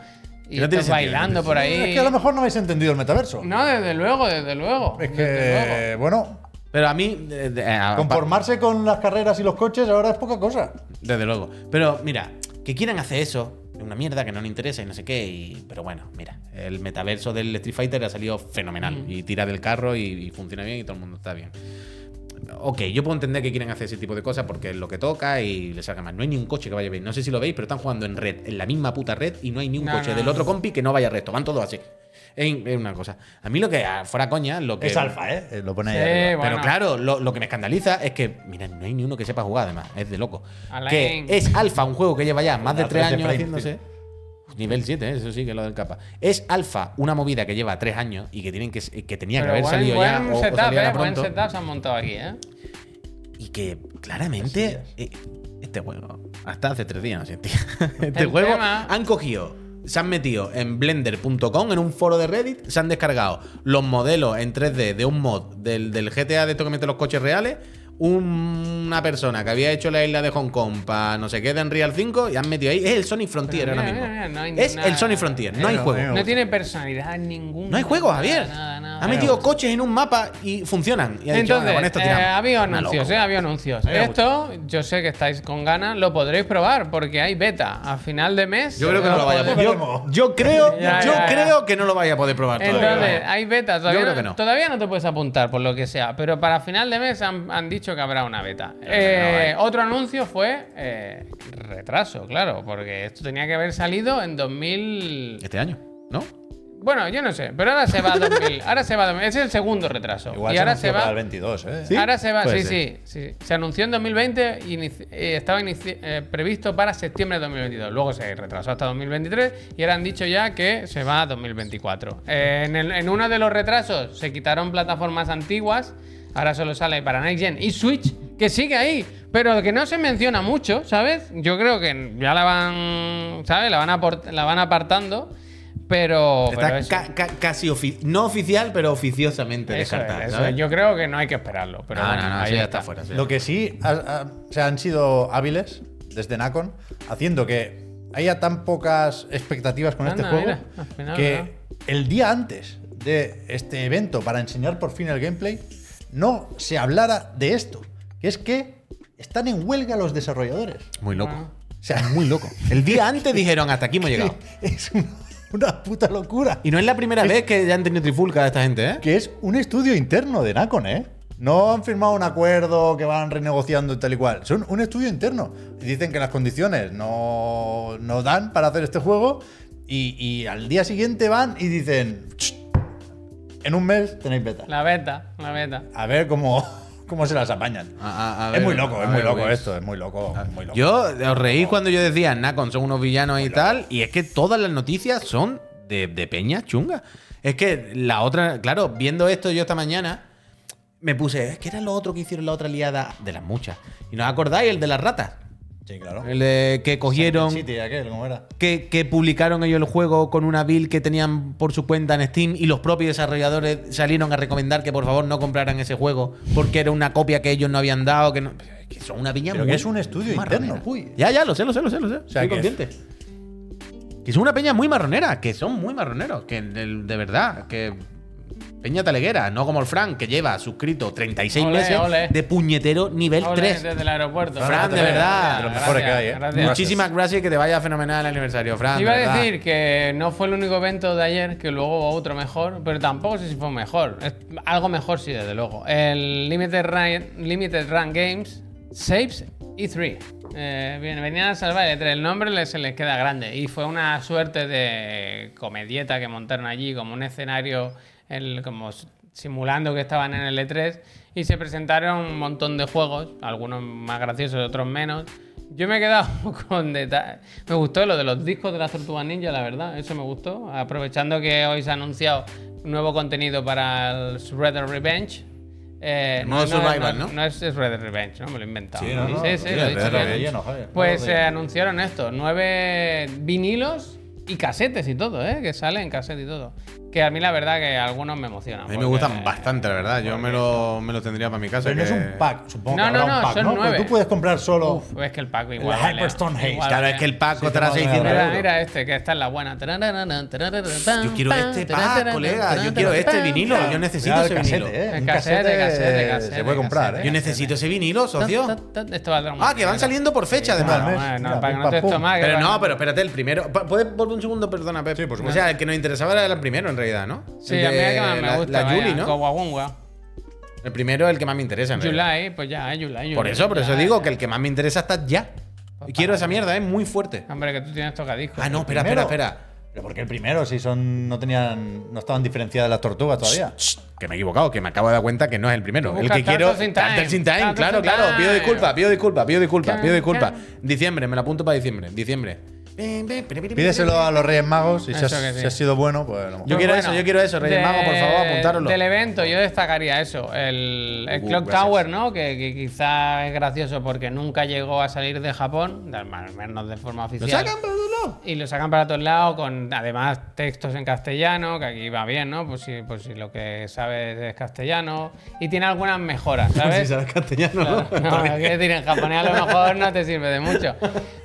A: Y
B: Que no tiene
A: estás
B: sentido,
A: bailando
B: no tiene
A: por ahí.
C: Es que a lo mejor no habéis entendido el metaverso.
A: No, desde luego, desde luego.
C: es
A: desde luego.
C: que, bueno,
B: Pero a mí. eh, de- eh,
C: Ah,
B: a-
C: conformarse con las carreras y los coches ahora es poca cosa.
B: Desde luego. Pero mira, que quieran hacer eso, es una mierda que no le interesa y no sé qué. y- pero bueno, mira, el metaverso del Street Fighter ha salido fenomenal. Y tira del carro y, y funciona bien y todo el mundo está bien. Ok, yo puedo entender que quieren hacer ese tipo de cosas porque es lo que toca y les salga mal. No hay ni un coche que vaya bien. No sé si lo veis, pero están jugando en red, en la misma puta red, y no hay ni un
A: No,
B: coche
A: no,
B: del
A: no.
B: otro compi que no vaya recto. Van todos así. Es es una cosa. A mí lo que ah, fuera coña, lo que.
C: Es alfa, ¿eh? Eh, Lo pone ahí
A: Sí,
C: arriba.
A: bueno.
B: Pero claro, lo, lo que me escandaliza es que, mira, no hay ni uno que sepa jugar, además, es de loco.
A: Alain.
B: Que es Alfa, un juego que lleva ya más de
C: La
B: 3
C: red de
B: años
C: Frame,
B: haciéndose. Nivel 7, ¿eh? eso sí que es lo del capa. Es Alfa, una movida que lleva 3 años y que, tienen que, que tenía que
A: Pero
B: haber
A: buen,
B: salido
A: buen
B: ya. o- o
A: setup,
B: saliera
A: eh, buen
B: pronto.
A: setup se han montado aquí, ¿eh?
B: Y que claramente eh, este juego, hasta hace tres días no existía. Este
A: El
B: juego
A: tema-
B: han cogido, se han metido en blender.com, en un foro de Reddit, se han descargado los modelos en 3D de un mod del, del GTA de esto que mete los coches reales. un- Una persona que había hecho la isla de Hong Kong para no sé qué de Unreal 5 y han metido ahí. Es el Sonic Frontier
A: Pero
B: ahora
A: mira,
B: mismo.
A: mira, mira, no hay
B: es
A: nada.
B: el Sonic Frontier, no hay
C: Pero,
B: juego.
C: pero-
A: No tiene personalidad ninguna.
B: No hay juego,
A: nada,
B: Javier.
A: nada, nada.
B: ha metido coches en un mapa y funcionan. Y ha dicho,
A: Entonces,
B: "Bueno, con esto
A: eh,
B: tiramos".
A: ha habido
B: Una
A: anuncios,
B: locura.
A: eh, ha habido anuncios.
B: Ha habido
A: Esto, yo sé que estáis con ganas, lo podréis probar porque hay beta. A final de mes.
B: Yo creo que no lo vaya a
A: podéis-
B: poder. Yo, yo creo,
A: Ya,
B: yo
A: ya, ya.
B: creo que no lo vaya a poder probar todavía.
A: Entonces, ah. hay beta. Todavía,
B: creo
A: no,
B: que no.
A: todavía no te puedes apuntar por lo que sea, pero para final de mes han, han dicho que habrá una beta. Eh, otro anuncio fue eh, retraso, claro, porque esto tenía que haber salido en 2000.
B: Este año, ¿no?
A: Bueno, yo no sé, pero ahora se va a 2000. ahora se va a 2000. Es el segundo retraso.
C: Igual
A: y ahora
C: anunció
A: se
C: para
A: va.
C: el 22, ¿eh?
A: Ahora se va,
B: Puede
A: sí, sí, sí. Se anunció en 2020 y inici- eh, estaba inici- eh, previsto para septiembre de 2022. Luego se retrasó hasta 2023 y ahora han dicho ya que se va a 2024. Eh, en, el- en uno de los retrasos se quitaron plataformas antiguas. Ahora solo sale para Next Gen y Switch, que sigue ahí, pero que no se menciona mucho, ¿sabes? Yo creo que ya la van, ¿sabes? La van, aport- la van apartando, pero... pero
B: Está
A: eso.
B: ca- ca- casi ofi- no oficial, pero oficiosamente
A: Eso es,
B: descartado.
A: eso
B: ¿sabes?
A: es. Yo creo que no hay que esperarlo. Pero
B: no,
A: bueno,
B: no, no,
A: ahí
B: eso ya está fuera. eso ya
C: Lo que sí, ha- ha- o sea, han sido hábiles desde Nacon, haciendo que haya tan pocas expectativas con
A: Anda,
C: este juego
A: mira, al final,
C: que
A: ¿verdad?
C: el día antes de este evento para enseñar por fin el gameplay no se hablara de esto, que es que están en huelga los desarrolladores.
B: Muy loco.
A: Bueno.
C: O sea,
B: Muy loco. El día antes dijeron, hasta aquí hemos llegado.
C: es una, una puta locura.
B: Y no es la primera vez que ya han tenido trifulca esta gente, ¿eh?
C: Que es un estudio interno de Nacon, ¿eh? No han firmado un acuerdo que van renegociando y tal y cual. Son un estudio interno. Y dicen que las condiciones no, no dan para hacer este juego. Y, y al día siguiente van y dicen: "Ch, En un mes tenéis beta.
A: La beta, la beta.
C: A ver cómo, cómo se las apañan.
B: A- a- a
C: es
B: ver,
C: muy loco,
B: a
C: es muy
B: ver,
C: loco
A: pues.
B: Luis.
C: esto. Es muy loco,
A: Ah,
C: muy loco.
B: Yo os reí cuando yo decía, Nacon son unos villanos y tal, y es que todas las noticias son de, de peña chunga. Es que la otra, claro, viendo esto yo esta mañana, me puse, es que era lo otro que hicieron la otra liada de las muchas. Y no os acordáis, el de las ratas.
C: Sí, claro.
B: El de que cogieron,
C: City, aquel, ¿cómo era?
B: que, que publicaron ellos el juego con una build que tenían por su cuenta en Steam y los propios desarrolladores salieron a recomendar que por favor no compraran ese juego porque era una copia que ellos no habían dado. Que, no, que son una piña
C: Pero que
B: muy
C: es un estudio
B: marronera.
C: interno, Puy.
B: Ya, ya, lo sé, lo sé, lo sé, lo sé. Estoy
C: sea, que-
B: consciente. Que son una peña muy marronera, que son muy marroneros, que de, de verdad, que. Peña taleguera, no como el Frank, que lleva suscrito 36
A: Ole,
B: meses
A: ole.
B: de puñetero nivel
A: Ole,
B: 3.
A: Desde el aeropuerto.
B: Fran, de verdad.
C: De los mejores que hay, ¿eh?
A: gracias.
C: Muchísimo.
B: Muchísimas gracias y que te vaya fenomenal el aniversario, Frank.
A: Iba
B: de
A: a
B: verdad.
A: decir que no fue el único evento de ayer, que luego hubo otro mejor, pero tampoco sé si fue mejor. Es- algo mejor sí, desde luego. El Limited Run, Limited Run Games Saves E3. Eh, bien, venían a salvar el E3. El nombre les- se les queda grande. Y fue una suerte de comedieta que montaron allí, como un escenario, el- como s- simulando que estaban en el E3. Y se presentaron un montón de juegos, algunos más graciosos, otros menos. Yo me he quedado con detalles. Me gustó lo de los discos de las tortugas ninja, la verdad. Eso me gustó. Aprovechando que hoy se ha anunciado nuevo contenido para el Shredder Revenge. Eh,
B: Modo survival, ¿no?
A: No es Shredder Revenge, ¿no? Me lo he inventado.
C: Sí, no, no,
A: sí, sí,
C: no, sí,
A: lo he dicho
C: Shredder
A: bien.
C: Revenge, no, joder.
A: Pues
C: No,
A: se
C: de-
A: anunciaron esto. Nueve vinilos y casetes y todo, ¿eh? Que salen casetes y todo. Que a mí la verdad que algunos me emocionan.
B: A mí me
A: porque-
B: gustan bastante, la verdad. Yo me lo, me lo tendría para mi casa.
C: Pero no es
B: que-
C: un pack, supongo
A: No,
C: que habrá
A: no,
C: un
A: no,
C: pack,
A: son
C: ¿no? Pero
A: nueve.
C: tú puedes comprar solo.
A: Uf, es que el Paco igual.
C: La
A: vale,
C: Hyperstone Haze.
A: igual
B: Claro,
A: vale.
B: es que el pack
C: Sí,
B: costará
C: no,
B: 600
A: Mira,
C: Claro.
B: euros.
A: mira este, que esta es la buena.
B: Yo
A: Yo
B: quiero este pack, colega. Yo quiero este vinilo. Yo necesito
C: Cuidado,
B: ese
C: Ah, el casete,
B: vinilo.
C: ¿eh?
A: El
C: Un
A: casete,
C: casete
A: casete, casete,
C: se puede comprar,
A: casete.
B: Yo
C: ¿eh?
B: necesito ese vinilo, socio.
A: Esto valdrá un
B: Ah, que van saliendo por fecha, además.
C: Vale.
A: Bueno, para
C: Mira,
A: que
C: pim,
A: no te
C: pam, pum.
A: tomas. que
B: Pero
A: va-
B: no, pero espérate, el primero. Pa- ¿Puedes volver un segundo? Perdona, Pep.
C: Sí, por
B: O
C: supuesto.
B: sea, el que nos interesaba era el primero, en realidad, ¿no?
A: Sí,
B: El
A: a mí es
B: de
A: que más
B: la-
A: me gusta.
B: La Julie, ¿no?
A: Coahuonga.
B: El primero es el que más me interesa, en realidad.
A: July, pues ya, July. July
B: Por eso, por eso
A: ya.
B: digo que el que más me interesa está ya. Y Quiero esa mierda, es muy fuerte.
A: Hombre, que tú tienes tocadiscos.
B: Ah, no, espera, espera,
C: primero?
B: espera.
C: Pero porque el primero, si son. no tenían. no estaban diferenciadas las tortugas todavía.
B: Shh, que me he equivocado, que me acabo de dar cuenta que no es el primero.
A: Busca
B: El que quiero.
A: Turtles in Time.
B: Turtles in Time,
A: Turtles
B: claro,
A: in
B: claro.
A: Time.
B: Pido disculpas, pido disculpas, pido disculpas,
A: Can,
B: pido disculpas.
A: can.
B: Diciembre, me lo apunto para diciembre. Diciembre.
C: Pídeselo a los Reyes Magos y si
A: Eso
C: has,
A: que sí.
C: si has sido bueno, pues a lo mejor.
B: Yo quiero eso, yo quiero eso, Reyes Magos, por favor, apuntároslo.
A: Del evento, yo destacaría eso. El, el
B: Uh,
A: Clock
B: gracias.
A: Tower, ¿no? Que, que quizá es gracioso porque nunca llegó a salir de Japón, de- al menos de forma
B: ¿Lo
A: oficial.
B: sacan, Pablo?
A: Y lo sacan para todos lados con además textos en castellano, que aquí va bien, ¿no? Pues si, pues si lo que sabes es castellano. Y tiene algunas mejoras, ¿sabes?
B: castellano,
A: Claro, No, es que decir, en japonés a lo mejor no te sirve de mucho.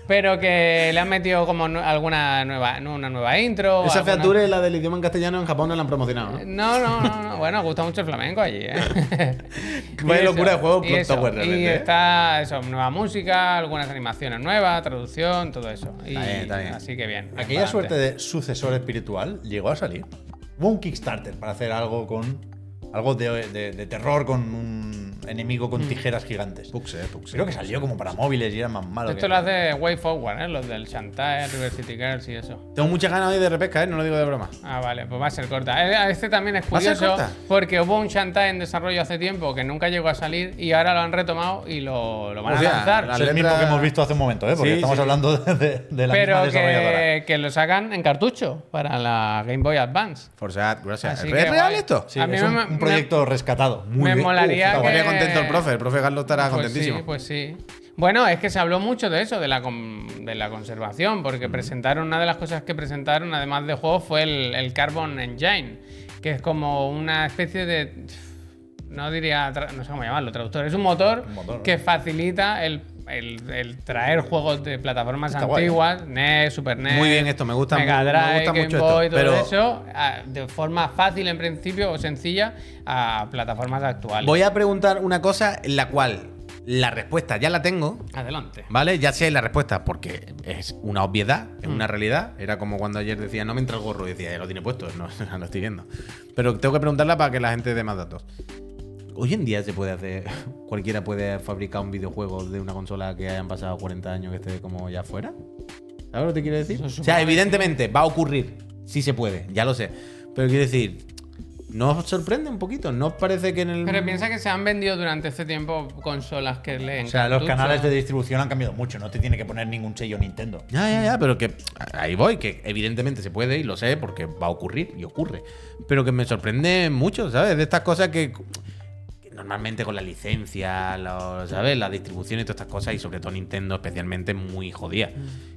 A: Pero que le han metido como nu- alguna nueva, no, una nueva intro. o
B: Esa
A: alguna-
B: featura es la del idioma en castellano en Japón no la han promocionado, ¿no?
A: No, no, no, no. Bueno, gusta mucho el flamenco allí, ¿eh?
B: Vaya
A: Y
B: locura de juego
A: y
B: Clock
A: eso,
B: Tower,
A: Y
B: realmente, ¿eh?
A: está eso, nueva música, algunas animaciones nuevas, traducción, todo eso. Y-
B: bien, está bien.
A: Así que bien. bien
C: Aquella
A: pa'lante.
C: suerte de sucesor espiritual llegó a salir. Hubo un Kickstarter para hacer algo con. Algo de, de- de terror con un enemigo
A: Mm.
C: con tijeras gigantes.
B: Puxe, eh, puxe.
C: Creo que salió como para móviles y era más malo.
A: Esto
C: que-
A: lo hace Way Forward, ¿eh? Los del Shantae, River City Girls y eso.
B: Tengo muchas ganas hoy de repesca, ¿eh? No lo digo de broma.
A: Ah, vale, pues va a ser corta. Eh, Este también es
B: ¿Va a ser
A: curioso
B: corta?
A: porque hubo un Shantae en desarrollo hace tiempo que nunca llegó a salir y ahora lo han retomado y lo, lo van
B: O sea,
A: a lanzar.
B: la-
C: Es el mismo
B: letra-
C: que hemos visto hace un momento, ¿eh? porque
B: Sí,
C: estamos
B: sí.
C: hablando de, de- de la misma
A: Pero
C: desarrolladora.
A: que, que lo sacan en cartucho para la Game Boy Advance.
B: Forza, gracias.
A: Así
B: ¿Es
A: que
B: real
A: guay.
B: esto?
C: Sí,
A: a mí
C: es un,
A: me-
C: un
A: me-
C: proyecto rescatado.
A: me
C: bien.
A: molaría
C: Uf,
B: Pues Estaría
A: que-
B: contento el profe, el profe Carlos estará
A: Pues
B: contentísimo.
A: sí, pues sí. Bueno, es que se habló mucho de eso, de la, con- de la conservación, porque presentaron, una de las cosas que presentaron, además de juegos, fue el, el Carbon Engine, que es como una especie de. No diría, tra- no sé cómo llamarlo, traductor. Es un motor,
C: Un motor, ¿no?
A: que facilita el, el- el traer juegos de plataformas
C: Está guay, ¿eh?
A: antiguas, NES, Super NES.
B: Muy bien esto, me gusta
A: Mega
B: mu- me
A: Drive,
B: gusta
A: Game
B: mucho
A: Boy,
B: esto,
A: todo
B: pero-
A: eso, a- de forma fácil en principio o sencilla a plataformas actuales.
B: Voy a preguntar una cosa en la cual La respuesta ya la tengo.
A: Adelante.
B: ¿Vale? Ya sé la respuesta, porque es una obviedad, es
A: Mm.
B: una realidad. Era como cuando ayer decía, no me entra el gorro, y decía, ya lo tiene puesto, no no lo estoy viendo. Pero tengo que preguntarla para que la gente dé más datos. Hoy en día se puede hacer, cualquiera puede fabricar un videojuego de una consola que hayan pasado 40 años que esté como ya fuera. ¿Sabes lo que quiero decir?
A: Eso
B: O
A: es
B: sea, evidentemente va a ocurrir, sí se puede, ya lo sé. Pero quiero decir, ¿no os sorprende un poquito? ¿No os parece que en el...
A: Pero piensa que se han vendido durante este tiempo consolas que leen.
C: O sea, los canales de distribución han cambiado mucho, no te tiene que poner ningún sello Nintendo.
B: Ya, ya, ya, pero que ahí voy, que evidentemente se puede y lo sé porque va a ocurrir y ocurre. Pero que me sorprende mucho, ¿sabes? De estas cosas que, que normalmente con la licencia, lo- ¿sabes? La distribución y todas estas cosas y sobre todo Nintendo especialmente es muy jodida.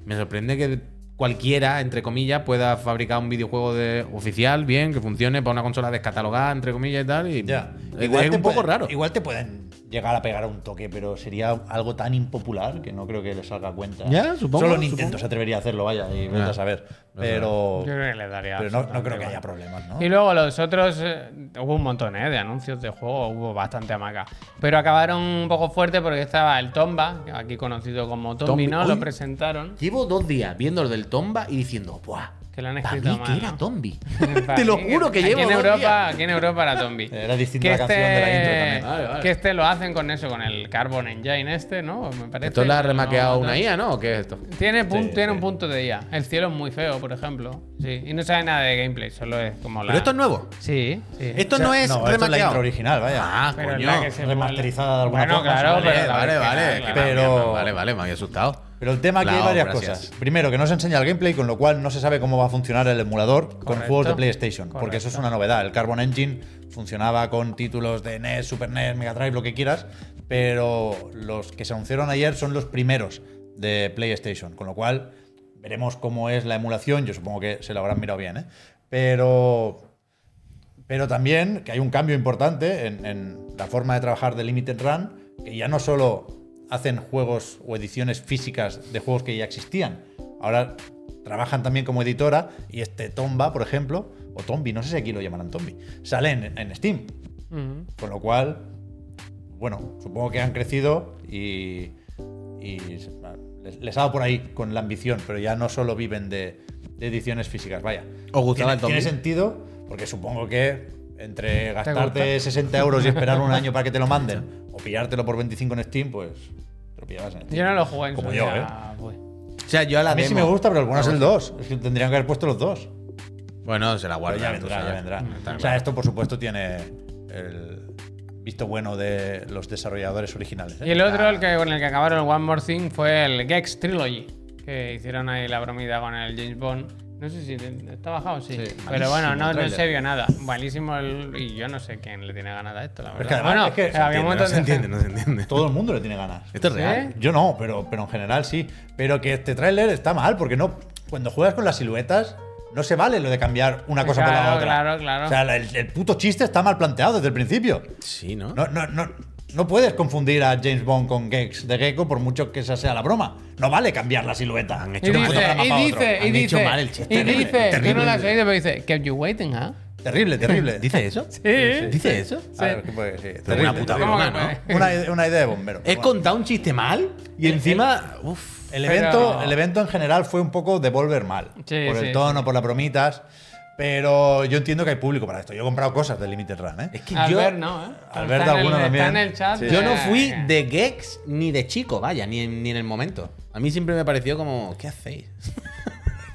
B: Me sorprende que cualquiera, entre comillas, pueda fabricar un videojuego de oficial, bien, que funcione para una consola descatalogada, entre comillas y tal. Y
C: Ya.
B: es- es un
C: te
B: poco
C: pueden-
B: raro.
C: Igual te pueden llegar a pegar a un toque, pero sería algo tan impopular que no creo que les salga a cuenta.
B: Ya, supongo,
C: Solo Nintendo
B: supongo.
C: se atrevería a hacerlo, vaya, y vete
B: Ya.
C: a saber.
B: No sé.
C: Pero,
A: Yo creo que le daría.
C: pero no, no creo
A: absolutamente
C: que
A: igual.
C: haya problemas, ¿no?
A: Y luego los otros, eh, hubo un montón ¿eh? de anuncios de juego, hubo bastante hamaca. Pero acabaron un poco fuerte porque estaba el Tomba, que aquí conocido como Tombi,
B: Tombi,
A: ¿no?
B: uy.
A: Lo presentaron.
B: Llevo dos días viendo el del Tomba y diciendo, ¡buah!
A: Que lo han
B: pa'
A: escrito
B: mí
A: mal,
B: que era
A: ¿no?
B: Tombi.
A: Para
B: Te lo
A: mí,
B: juro que
A: aquí
B: llevo
A: en
B: dos
A: Europa,
B: días.
A: Aquí en Europa era Tombi.
C: Era distinta la canción de la intro también.
B: Vale, vale.
A: Que este lo hacen con eso, con el Carbon Engine este, ¿no? Me parece.
B: Esto la ha
A: ¿no?
B: remaqueado
A: No,
B: una IA, ¿no? ¿O qué es esto?
A: Tiene, pun-
C: Sí,
A: tiene
C: sí.
A: un punto de IA. El cielo es muy feo, por ejemplo. Sí. Y no sabe nada de gameplay, solo es como la.
B: Pero esto es nuevo.
A: Sí, sí.
B: Esto
C: O sea,
B: no es
C: no, esto es la
B: remaqueado.
C: intro original, vaya.
B: Ah,
A: Pero es
B: coño.
A: la que se
C: Remasterizada
A: mola.
C: de alguna
A: bueno,
C: forma,
A: Claro,
C: sí,
A: pero
B: vale,
A: la
B: vale,
A: original,
B: vale,
A: claro.
B: que
C: Pero-
B: también, Vale, vale, me había asustado.
C: Pero el tema aquí hay
B: Lao,
C: varias
B: gracias.
C: cosas. Primero, que no se enseña el gameplay, con lo cual no se sabe cómo va a funcionar el emulador con
A: Correcto.
C: juegos de PlayStation, porque
A: Correcto.
C: eso es una novedad. El Carbon Engine funcionaba con títulos de NES, Super NES, Mega Drive, lo que quieras, pero los que se anunciaron ayer son los primeros de PlayStation, con lo cual veremos cómo es la emulación. Yo supongo que se lo habrán mirado bien, ¿eh? Pero pero también que hay un cambio importante en, en la forma de trabajar de Limited Run, que ya no solo hacen juegos o ediciones físicas de juegos que ya existían, ahora trabajan también como editora y este Tomba, por ejemplo, o Tombi, no sé si aquí lo llamarán Tombi, salen en, en Steam,
A: Ujú.
C: con lo cual, bueno, supongo que han crecido y, y se- les, les ha dado por ahí con la ambición, pero ya no solo viven de, de ediciones físicas, vaya.
B: ¿Os gustaba
C: tiene,
B: el Tomb?
C: tiene sentido, porque supongo que entre
A: gusta?
C: gastarte 60 euros y esperar un año para que te lo manden, o pillártelo por 25 en Steam, pues te lo pillabas en Steam.
A: Yo no lo jugué en
C: Como
A: su
C: yo, ¿eh?
A: día, pues.
B: O sea, yo a la
C: A mí sí
B: demo-
C: me gusta, pero algunas el 2. Es que tendrían que haber puesto los dos.
B: Bueno, se la
C: Pero
B: guardo.
C: ya vendrá, ya vendrá. O sea, esto por supuesto tiene el visto bueno de los desarrolladores originales. ¿eh?
A: Y el otro el que, con el que acabaron el One More Thing fue el Gex Trilogy, que hicieron ahí la bromida con el James Bond. No sé si te- está bajado, sí. Pero bueno, no, no se vio nada. Buenísimo el- y yo no sé quién le tiene ganas a esto, la
C: Pero es
A: verdad.
C: que
A: bueno,
C: además es que se
A: había un
C: entiende,
A: montón
B: No se
A: de gente.
B: entiende, no se entiende.
C: Todo el mundo le tiene ganas.
B: Esto es
A: ¿Sí?
B: real.
C: Yo no, pero, pero en general sí. Pero que este tráiler está mal, porque no. Cuando juegas con las siluetas, no se vale lo de cambiar una cosa por la
A: Claro,
C: otra.
A: claro, claro.
C: O sea, la- el, el puto chiste está mal planteado desde el principio.
B: Sí, ¿no?
C: No, no, no, no puedes confundir a James Bond con Gex de Gecko por mucho que esa sea la broma. No vale cambiar la silueta.
B: Han hecho
A: Y
B: un
A: dice,
C: fotograma
A: y
C: pa' otro.
A: dice, y
B: Han hecho
A: dice,
B: mal el chiste.
A: y
B: Terrible,
A: dice, tú no
B: terrible.
A: lo has oído, pero dice, kept you waiting, ¿ah?
C: Terrible, terrible.
B: ¿Dice eso?
A: Sí.
B: ¿Dice eso?
C: A ver, ¿qué puede ser?
B: Pero una puta
A: ¿Cómo
B: broma,
A: que
B: ¿no?
A: puede?
C: Una, ide- una idea de bombero.
B: Es
C: Bueno,
B: contar un chiste mal y encima. Uf.
C: el, evento,
A: Pero-
C: el evento en general fue un poco de volver mal.
A: Sí,
C: por
A: sí,
C: el tono, por las bromitas. Pero yo entiendo que hay público para esto. Yo he comprado cosas de Limited Run, ¿eh?
B: Es que yo.
A: Albert no, ¿eh?
C: Albert
A: Está en
C: alguno
A: el-
C: también.
A: Está en el chat.
C: Sí.
B: Yo no fui de Gex ni de chico, vaya, ni en, ni en el momento. A mí siempre me pareció como, ¿qué hacéis?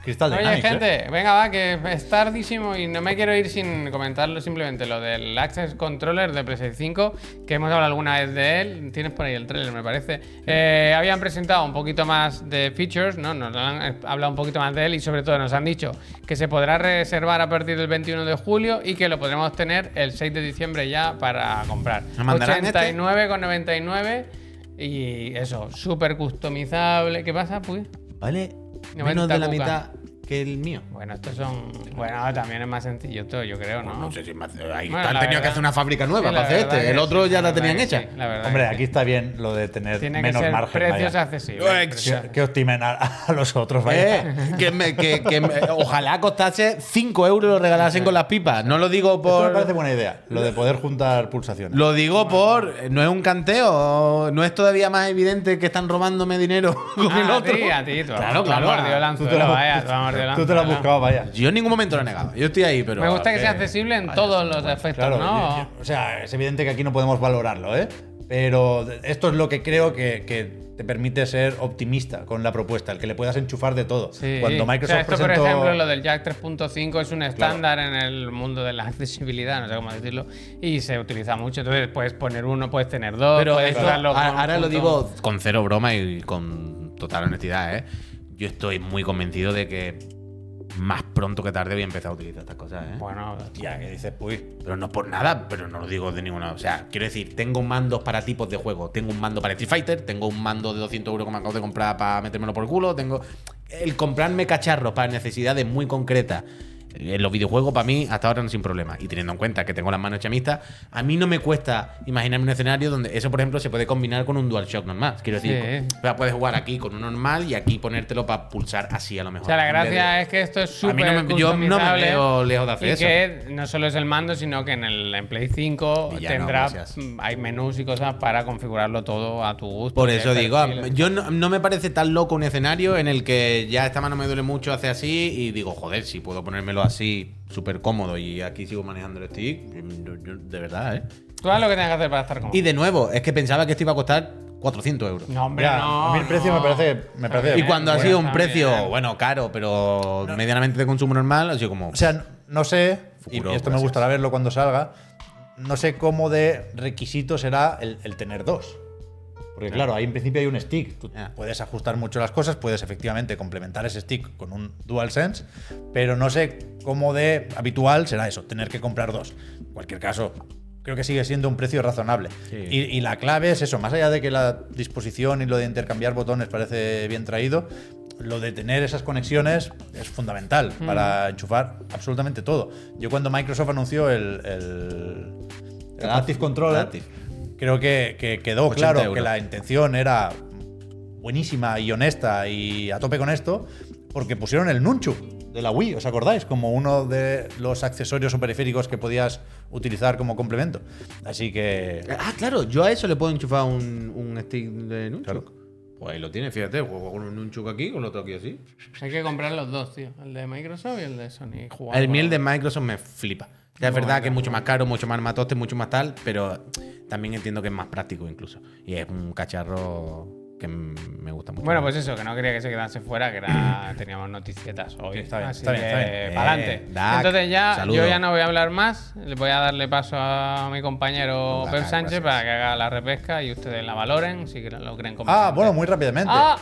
C: Crystal
A: Oye,
C: Dynamics, ¿eh?
A: gente, venga, va, que es tardísimo y no me quiero ir sin comentarlo simplemente lo del Access Controller de PlayStation 5, que hemos hablado alguna vez de él. Tienes por ahí el trailer, me parece. Eh, habían presentado un poquito más de features, ¿no? Nos han eh, hablado un poquito más de él y sobre todo nos han dicho que se podrá reservar a partir del 21 de julio y que lo podremos tener el 6 de diciembre ya para comprar.
B: ¿Nos mandarán este?
A: 89,99 y eso, súper customizable. ¿Qué pasa, pues?
B: Vale,
A: No,
B: menos de la
A: cuca.
B: mitad que el mío.
A: Bueno, estos son. Bueno, también es más sencillo todo, yo creo, ¿no?
B: No sé si más- ahí
A: Bueno,
B: han
A: la
B: tenido que
A: verdad-
B: hacer una fábrica nueva
A: Sí, la
B: para hacer
A: verdad
B: este. El
A: que
B: otro
A: sí,
B: ya la
A: verdad
B: tenían
A: que
B: hecha.
A: sí, la verdad
C: Hombre,
A: que sí.
C: aquí está bien lo de tener
A: Tiene que
C: menos
A: ser
C: margen.
A: precios
C: vaya.
A: accesibles.
B: Ex-
A: precios
C: Que- Que os timen a, a los otros, vaya.
B: Eh, que me- que- que me- ojalá costase 5 euros y lo regalasen con las pipas. No lo digo
C: Esto
B: por.
C: me parece buena idea, lo de poder juntar pulsaciones.
B: Lo digo por. No es un canteo. No es todavía más evidente que están robándome dinero con el
A: Ah,
B: otro.
A: a ti, a ti, tú.
B: Claro,
A: tú has
B: claro.
A: mordido el
C: Tú te la-
A: anzuelo, vaya, tú has mordido el
C: Tú te lo has
A: anzuelo.
C: buscado, vaya.
B: Yo en ningún momento lo he negado. Yo estoy ahí, pero.
A: Me gusta que sea
B: eh,
A: accesible en todos los efectos,
C: Claro,
A: ¿no?
C: yo- yo- o sea, es evidente que aquí no podemos valorarlo, ¿eh? Pero esto es lo que creo que, que te permite ser optimista con la propuesta, el que le puedas enchufar de todo.
A: Sí.
C: Cuando Microsoft
A: O sea, esto,
C: presentó...
A: por ejemplo, lo del Jack 3.5 es un estándar en el mundo de la accesibilidad, no sé cómo decirlo, y se utiliza mucho. Entonces, puedes poner uno, puedes tener dos,
B: Pero
A: puedes
B: esto-
A: usarlo
B: a-
A: con
B: ahora lo
A: punto.
B: digo con cero broma y con total honestidad, ¿eh? Yo estoy muy convencido de que más pronto que tarde voy a empezar a utilizar estas cosas, ¿eh?
A: Bueno,
C: Hostia, que dices, uy,
B: Pero no por nada, pero no lo digo de ninguna. O sea, quiero decir, tengo mandos para tipos de juego. Tengo un mando para Street Fighter, tengo un mando de 200 euros que me acabo de comprar para metérmelo por el culo. Tengo el comprarme cacharros para necesidades muy concretas. En los videojuegos, para mí, hasta ahora no es sin problema. Y teniendo en cuenta que tengo las manos chamistas, a mí no me cuesta imaginarme un escenario donde eso, por ejemplo, se puede combinar con un DualShock normal. Quiero decir,
A: Sí.
B: con- o sea, puedes jugar aquí con uno normal y aquí ponértelo para pulsar así a lo
A: o
B: mejor.
A: sea, la
B: En vez
A: gracia
B: de-
A: es que esto es
B: Ah, A mí
A: súper
B: no me- yo no me
A: customizable
B: veo lejos de hacer
A: y
B: eso.
A: que no solo es el mando, sino que en el en Play 5
B: Y ya no,
A: tendrá
B: gracias.
A: mm, hay menús y cosas para configurarlo todo a tu gusto.
B: Por
A: qué
B: eso digo,
A: perfil,
B: yo no, no me parece tan loco un escenario en el que ya esta mano me duele mucho, hace así y digo, joder, si puedo ponérmelo así súper cómodo y aquí sigo manejando el stick, mm, yo- yo- de verdad, ¿eh?
A: Tú haz lo que tengas que hacer para estar cómodo.
B: Y de nuevo, es que pensaba que esto iba a costar 400 euros.
A: No, hombre,
C: Ya,
A: no.
C: a mí el precio
A: no.
C: me parece- me
A: Está
C: parece
B: y
A: bien,
B: cuando ha
A: bueno,
B: sido un
A: está
B: precio,
A: bien.
B: bueno, caro, pero medianamente de consumo normal, ha sido como...
C: O sea, no- no sé, y-
B: Fukuro,
C: y esto me
B: gracias.
C: gustará verlo cuando salga, no sé cómo de requisito será el, el tener dos. Porque claro, ahí en principio hay un stick. Tú
B: Ya.
C: puedes ajustar mucho las cosas, puedes efectivamente complementar ese stick con un DualSense, pero no sé cómo de habitual será eso, tener que comprar dos. En cualquier caso, creo que sigue siendo un precio razonable.
B: Sí.
C: Y, y la clave es eso, más allá de que la disposición y lo de intercambiar botones parece bien traído, lo de tener esas conexiones es fundamental
B: Mm.
C: para enchufar absolutamente todo. Yo cuando Microsoft anunció el, el, el Active Controller,
B: Active.
C: creo que, que quedó
B: 80
C: claro que
B: euros.
C: la intención era buenísima y honesta y a tope con esto, porque pusieron el Nunchu de la Wii, ¿os acordáis? Como uno de los accesorios o periféricos que podías utilizar como complemento. Así que...
B: Ah, claro, yo a eso le puedo enchufar un, un stick de Nunchuk.
C: Claro.
B: Pues ahí lo tiene, fíjate, juego con un Nunchuk aquí, con el otro aquí así.
A: Hay que comprar los dos, tío. El de Microsoft y el de Sony. Jugar
B: El
A: con-
B: miel de Microsoft me flipa. O sea, es verdad que es mucho más caro, mucho más matoste, mucho más tal, pero también entiendo que es más práctico incluso. Y es un cacharro que m- me gusta mucho.
A: Bueno, pues eso, que no quería que se quedase fuera, que era, teníamos noticietas hoy.
C: Sí, está bien,
A: Así
C: está bien, está bien.
A: Para adelante.
B: Eh, Dak,
A: Entonces ya,
B: saludo.
A: yo ya no voy a hablar más. Le voy a darle paso a mi compañero
B: Hola,
A: Pep
B: Dak,
A: Sánchez
B: gracias.
A: para que haga la repesca y ustedes la valoren, si creen- lo creen
C: Ah,
A: conveniente.
C: bueno, muy rápidamente.
A: Ah,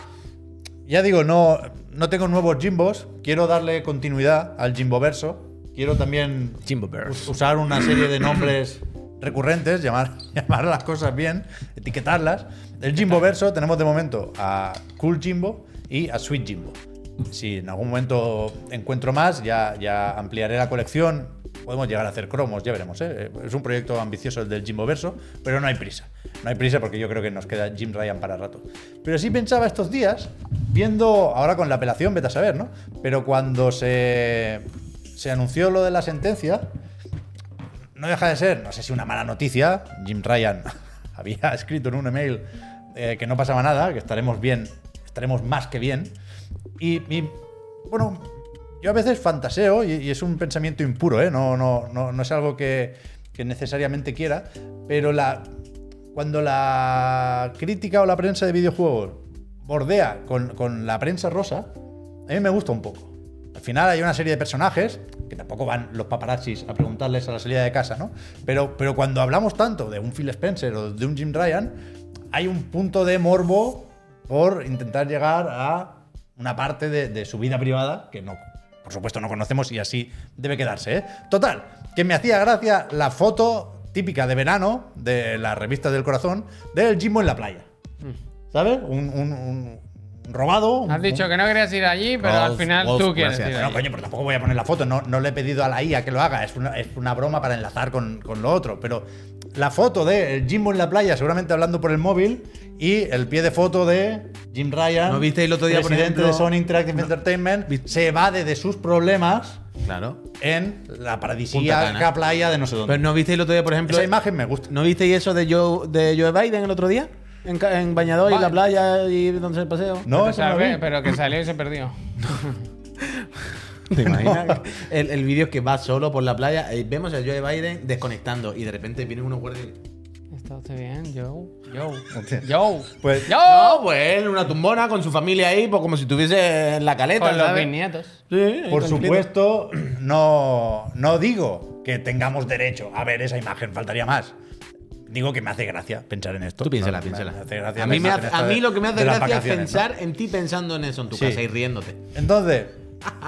C: Ya digo, no, no tengo nuevos Jimbos. Quiero darle continuidad al Jimbo Verso. Quiero también us- usar una serie de nombres recurrentes, llamar, llamar las cosas bien, etiquetarlas. El Jimbo Verso tenemos de momento a Cool Jimbo y a Sweet Jimbo. Si en algún momento encuentro más, ya, ya ampliaré la colección. Podemos llegar a hacer cromos, ya veremos. ¿eh? Es un proyecto ambicioso el del Jimbo Verso, pero no hay prisa. No hay prisa porque yo creo que nos queda Jim Ryan para rato. Pero sí pensaba estos días, viendo ahora con la apelación, vete a saber, ¿no? Pero cuando se, se anunció lo de la sentencia, no deja de ser, no sé si una mala noticia, Jim Ryan había escrito en un email eh, que no pasaba nada, que estaremos bien, estaremos más que bien. Y, y, bueno, yo a veces fantaseo y, y es un pensamiento impuro, ¿eh? no, no, no, no es algo que, que necesariamente quiera, pero la, cuando la crítica o la prensa de videojuegos bordea con, con la prensa rosa, a mí me gusta un poco. Al final hay una serie de personajes que tampoco van los paparazzis a preguntarles a la salida de casa, ¿no? Pero, pero cuando hablamos tanto de un Phil Spencer o de un Jim Ryan, hay un punto de morbo por intentar llegar a una parte de, de su vida privada que no, por supuesto, no conocemos y así debe quedarse. ¿eh? Total, que me hacía gracia la foto típica de verano de la revista del corazón del Jimbo en la playa. ¿Sabes? Un, un- un- robado.
A: Mm. Has dicho que no querías ir allí, pero
B: Rolf,
A: al final
B: Wolf,
A: tú quieres
B: gracias.
A: ir allí.
B: Bueno,
C: Oh, No, coño, pero tampoco voy a poner la foto. No, no le he pedido a la IA que lo haga. Es una, es una broma para enlazar con, con lo otro. Pero la foto de el Jimbo en la playa, seguramente hablando por el móvil, y el pie de foto de Jim Ryan,
B: ¿No visteis el otro día, por
C: presidente
B: ejemplo?
C: de Sony Interactive Entertainment,
B: ¿Viste?
C: se evade de sus problemas
B: Claro.
C: en la
B: Punta Cana.
C: paradisíaca playa de no sé dónde.
B: Pero no visteis el otro día, por ejemplo.
C: Esa imagen me gusta.
B: ¿No visteis eso de Joe, de Joe Biden el otro día? En, ca- en bañador y
A: Vale.
B: la playa y donde se paseo.
C: No,
A: O
C: esa
A: sea,
C: no la
A: ve-
C: vi.
A: pero que salió y se perdió.
B: ¿Te imaginas? El, el vídeo es que va solo por la playa y vemos a Joe Biden desconectando y de repente vienen unos guardias. y-
A: ¿Está usted bien, Joe? Joe.
C: Hostia.
A: Joe.
C: Pues-
A: Joe.
B: No, pues él en una tumbona con su familia ahí, pues como si estuviese en la caleta.
A: Con los
B: ¿sabes?
A: bisnietos.
B: Sí, ahí
C: Por
B: tranquilito.
C: supuesto, no, no digo que tengamos derecho a ver esa imagen, faltaría más. Digo que me hace gracia pensar en esto.
B: Tú piénsala,
C: No,
B: piénsala.
C: me hace gracia
B: a mí, me
C: pensar
B: hace-
C: en
B: a
C: esto de-
B: mí lo que me hace
C: de las
B: gracia es
C: vacaciones, ¿no?
B: pensar en ti pensando en eso en tu
C: Sí.
B: casa y riéndote.
C: Entonces,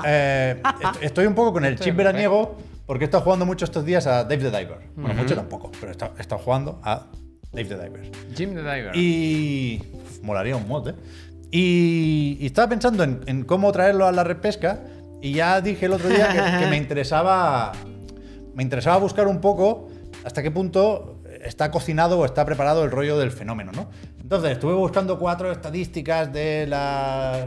C: eh, est- estoy un poco con el
A: Estoy
C: chip
A: de acuerdo.
C: veraniego porque he estado jugando mucho estos días a Dave the Diver. Bueno, mucho tampoco, pero he estado, he estado jugando a Dave the Diver.
A: Jim the Diver.
C: Y. uf, Molaría un mod, ¿eh? Y, y estaba pensando en, en cómo traerlo a la repesca. Y ya dije el otro día que, que me interesaba. Me interesaba buscar un poco hasta qué punto está cocinado o está preparado el rollo del fenómeno, ¿no? Entonces, estuve buscando cuatro estadísticas de las,